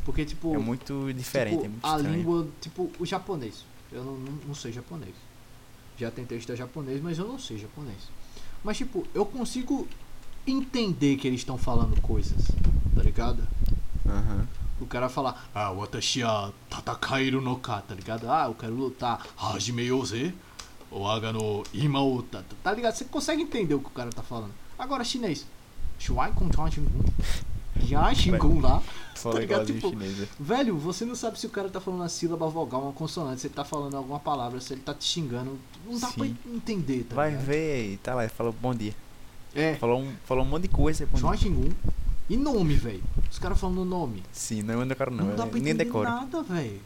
Porque, tipo. É muito diferente, tipo, é muito A estranho. língua, tipo, o japonês. Eu não, não, não sei japonês. Já tentei estudar japonês, mas eu não sei japonês. Mas, tipo, eu consigo entender que eles estão falando coisas, tá ligado? Aham. O cara fala, ah, watashi wa tatakairu no ka, tá ligado? Ah, eu quero lutar, hajime yo ze, o aga no ima o ta, ta", tá ligado? Você consegue entender o que o cara tá falando. Agora, chinês. Shuai kong chong ching kung. Ya ching kung lá. Fala ligado? igualzinho Tipo, chinês, velho. Velho, você não sabe se o cara tá falando uma sílaba vogal, uma consonante, se ele tá falando alguma palavra, se ele tá te xingando. Não dá Sim. pra entender, tá Vai ligado? ver, tá lá, falou bom dia. É, Falou um, falou um monte de coisa. bom Chong dia. Xingun. E nome, velho. Os caras falando nome. Sim, não é do cara Não, não, dá eu pra nem entender decoro. nada, velho.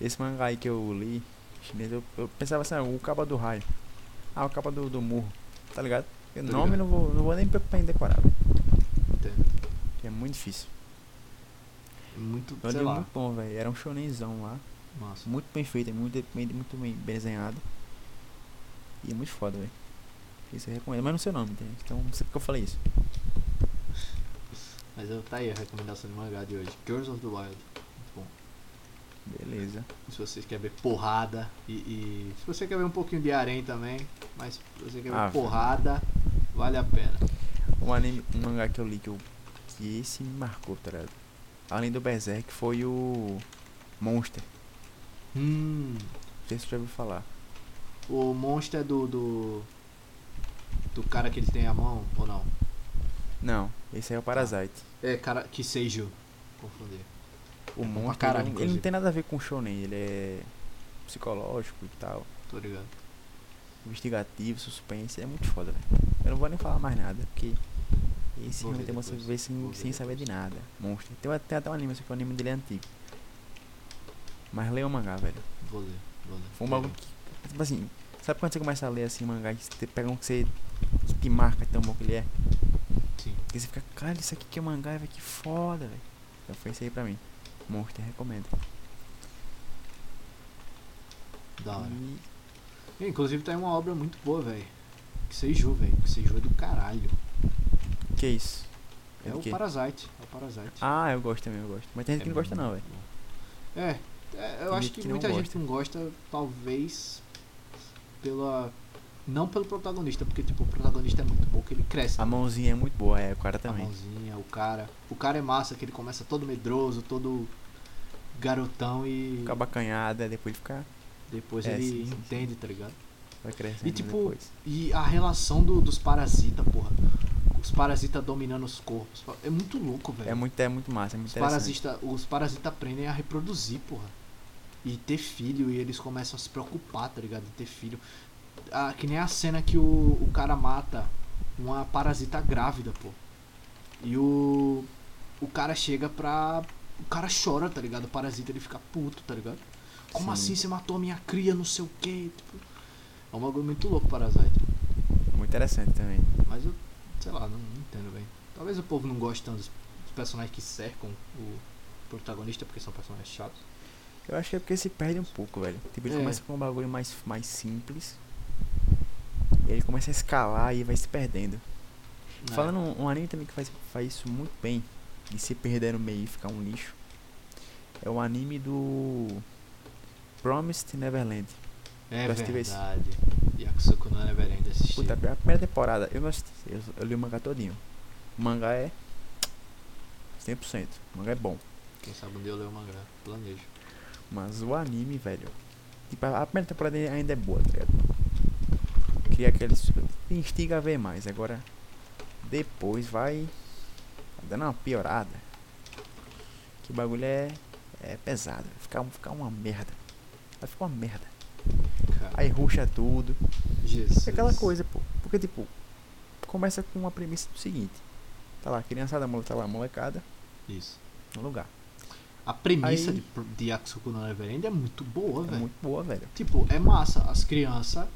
Esse mangá aí que eu li, chinês, eu, eu pensava assim, ah, o cabo do raio. Ah, o cabo do, do murro, tá ligado? O Tô nome ligado. não vou, não vou nem me preocupar em decorar, velho, Entendo. que é muito difícil. É muito, Eu li sei um lá. muito bom, velho, era um shonenzão lá, Massa. muito bem feito, é muito, bem- muito bem desenhado. E é muito foda, velho. Isso eu recomendo, mas não sei o nome, entende? Então não sei porque eu falei isso. Mas eu- tá aí a recomendação de mangá de hoje. Girls of the Wild. Muito bom. Beleza. Se você quer ver porrada e, e- Se você quer ver um pouquinho de harém também, mas se você quer ver Ah, porrada, vale a pena. Um anime, um mangá que eu li que, eu, que esse me marcou, tá ligado? Além do Berserk foi o Monster. Hum. Não sei se você já ouviu falar. O monstro é do, do. Do cara que ele tem a mão ou não? Não, esse aí é o Parasite. É, cara que seja. Confundir. O Monster, ele, não- ele caralho, não inclusive. tem nada a ver com shonen, ele é psicológico e tal, Tô ligado. investigativo, suspense, é muito foda, velho. Eu não vou nem falar mais nada, porque esse Vou filme ver tem você depois, ver vou sem, ver sem saber de nada. Monster. Tem, a- tem até um anime, só que o anime dele é antigo. Mas leia o mangá, velho. Vou ler, vou ler. Foi um bagulho que, tipo assim, sabe quando você começa a ler assim mangá e você pega um que você que te marca tão bom que ele é? Sim. Que você fica, caralho, isso aqui que é mangá, velho, que foda, velho. Então foi isso aí pra mim. Monster recomendo. Da hora. E E, inclusive tá aí uma obra muito boa, velho. Que seja, velho. Que seja é do caralho. que é isso? É, do o É quê? Parasite. É o Parasite. Ah, eu gosto também, eu gosto. Mas tem gente que não gosta não, velho. É, é, eu Tem acho gente que, que não muita gente gosta. não gosta, talvez pela. Não pelo protagonista, porque tipo, o protagonista é muito bom, que ele cresce. A mãozinha é muito boa, é, o cara A também. mãozinha, Tá o cara. O cara é massa, que ele começa todo medroso, todo garotão e Fica abacanhada, depois ele fica. depois É, ele sim, sim, sim. entende, tá ligado? Vai crescendo E, tipo, depois. E a relação do- dos parasitas, porra. Os parasitas dominando os corpos. É muito louco, velho. É muito, é muito massa, é muito Os interessante. parasitas os parasita aprendem a reproduzir, porra. E ter filho, e eles começam a se preocupar, tá ligado? De ter filho. Ah, que nem a cena que o, o cara mata uma parasita grávida, pô. E o. O cara chega pra. O cara chora, tá ligado? O parasita ele fica puto, tá ligado? Como Sim. assim você matou a minha cria, não sei o que? Tipo, é um bagulho muito louco, Parasite. Muito interessante também. Mas eu, sei lá, não, não entendo bem. Talvez o povo não goste tanto dos dos personagens que cercam o protagonista, porque são personagens chatos. Eu acho que é porque se perde um pouco, velho. Tipo, ele É. começa com um bagulho mais, mais simples. E ele começa a escalar e vai se perdendo. né? Falando um, um anime também que faz, faz isso muito bem. E se perder no meio e ficar um lixo. É o anime do. Promised Neverland. é eu assisti esse. verdade. Yakusoku no Neverend assisti. Puta, a primeira temporada, eu não assisti, eu, eu li o mangá todinho. O mangá é 100%, o mangá é bom. Quem sabe um dia eu leio o mangá. Planejo. Mas o anime, velho, tipo, a a primeira temporada ele ainda é boa, tá ligado? Cria aquele... su- te instiga a ver mais, agora depois vai dando uma piorada. Que o bagulho é, é pesado, fica, fica uma merda. Vai ficar uma merda. Cara, Aí ruxa tudo. Jesus. É aquela coisa, pô. Porque, tipo, começa com uma premissa do seguinte: tá lá, a criançada, mole- tá lá, a molecada, Isso. no lugar. É A premissa Aí- de, de Yakusoku no Neverend é muito boa, É velho. muito boa, velho. Tipo, é massa. As crianças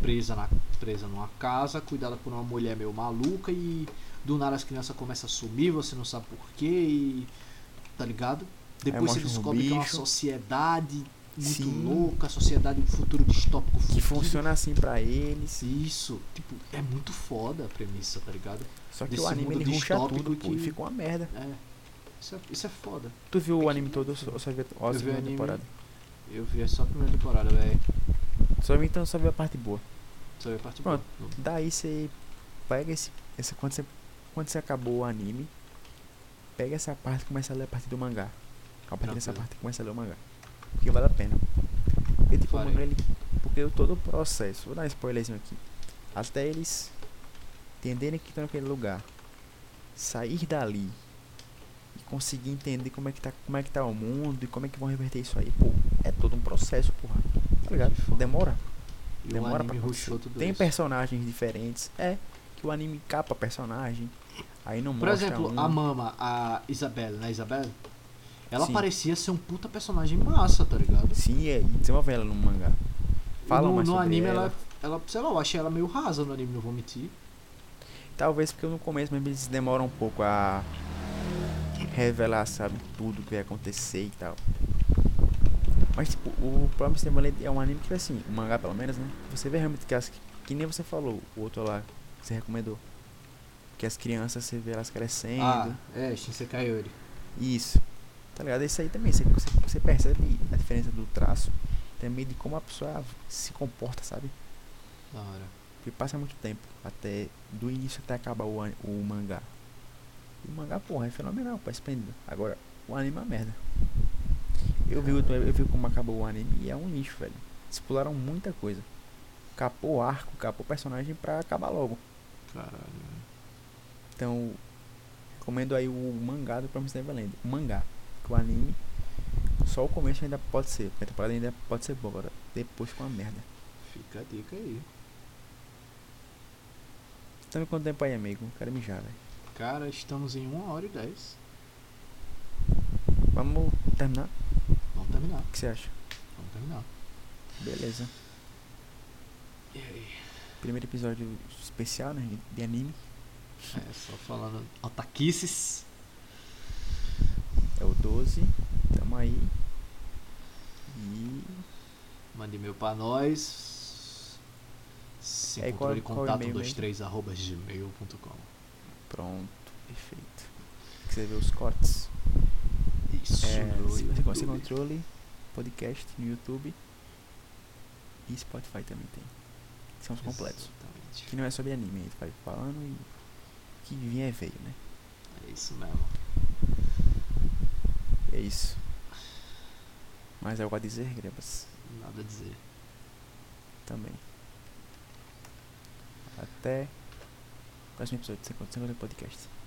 presas na, presa numa casa, cuidada por uma mulher meio maluca e do nada as crianças começam a sumir, você não sabe porquê e. tá ligado? Depois mostra você um descobre que é uma bicho. sociedade muito Sim. louca, sociedade um futuro distópico Que fudido. funciona assim pra eles. Isso, tipo, é muito foda a premissa, tá ligado? Só que Desse o anime mundo ele ruxa distópico tudo, pô. E que- fica uma merda. É. Isso é, isso é foda. Tu viu o anime todo, eu só, eu só vi a ó, a vi o segunda anime. temporada. Eu vi só a primeira temporada, velho. Só vi então, só vi a parte boa. Só vi a parte Pronto. boa. Daí você pega esse. esse quando, você, quando você acabou o anime, pega essa parte e começa a ler a parte do mangá. A partir dessa Tranquilo. parte começa a ler o mangá. Porque vale a pena. Porque tipo, o Farei. mangá ele. Porque eu- todo o processo, vou dar um spoilerzinho aqui. Até eles entenderem que estão naquele lugar. Sair dali e conseguir entender como é que tá, como é que tá o mundo e como é que vão reverter isso aí, pô, é todo um processo, porra. Tá ligado? Demora. E o Demora pra anime acontecer. rushou tudo Tem isso. personagens diferentes. É, que o anime capa personagem. Aí não Por mostra exemplo, um. a Mama, a Isabelle, né, Isabelle? Ela Sim. parecia ser um puta personagem massa, tá ligado? Sim, é, e desenvolve ela no mangá. Fala no, mais no sobre anime ela. ela... ela, sei lá, eu achei ela meio rasa no anime, não vou mentir. Talvez porque no começo mesmo eles demoram um pouco a revelar, sabe, tudo que vai acontecer e tal. Mas tipo, o Promised Neverland é um anime que assim, o mangá pelo menos, né? Você vê realmente que as que nem você falou, o outro lá que você recomendou. Que as crianças você vê elas crescendo. Ah, é, Shinsekai Yori. Isso. Tá ligado? Isso aí também. Você, você, você percebe a diferença do traço. Também de como a pessoa se comporta, sabe? Da hora. Porque passa muito tempo. Até do início até acabar o, ani- o mangá. E o mangá, porra, é fenomenal, pô, é esplêndido. Agora, o anime é uma merda. Eu vi, o- eu vi como acabou o anime e é um lixo, velho. Eles pularam muita coisa. Capou arco, capou personagem pra acabar logo. Caralho. Então, recomendo aí o mangá do Promised Neverland. O mangá. Que o anime, só o começo ainda pode ser. A temporada ainda pode ser boa. agora Depois com a merda. Fica a dica aí. Também quanto tempo Então, aí, amigo? Quero mijar, velho. Cara, estamos em 1 hora e 10. Vamos terminar? Vamos terminar. O que você acha? Vamos terminar. Beleza. E aí? Primeiro episódio especial, né? De anime. É, só falando otaquices. É o 12. Tamo aí. E. Mande e-mail pra nós. Se É, encontrou qual- de qual contato e-mail 23 arroba gmail.com. Pronto. Perfeito. Que você vê os cortes. Isso, É, no se você gosta de YouTube. controle, podcast no YouTube. E Spotify também tem. São os completos. Que Exatamente. não é sobre anime, a gente vai falando e. o Que vinha é veio, né? É isso mesmo. É isso. Mas algo a dizer, Grebas? Nada a dizer. Também. Até o próximo episódio do 50 Segundos Podcast.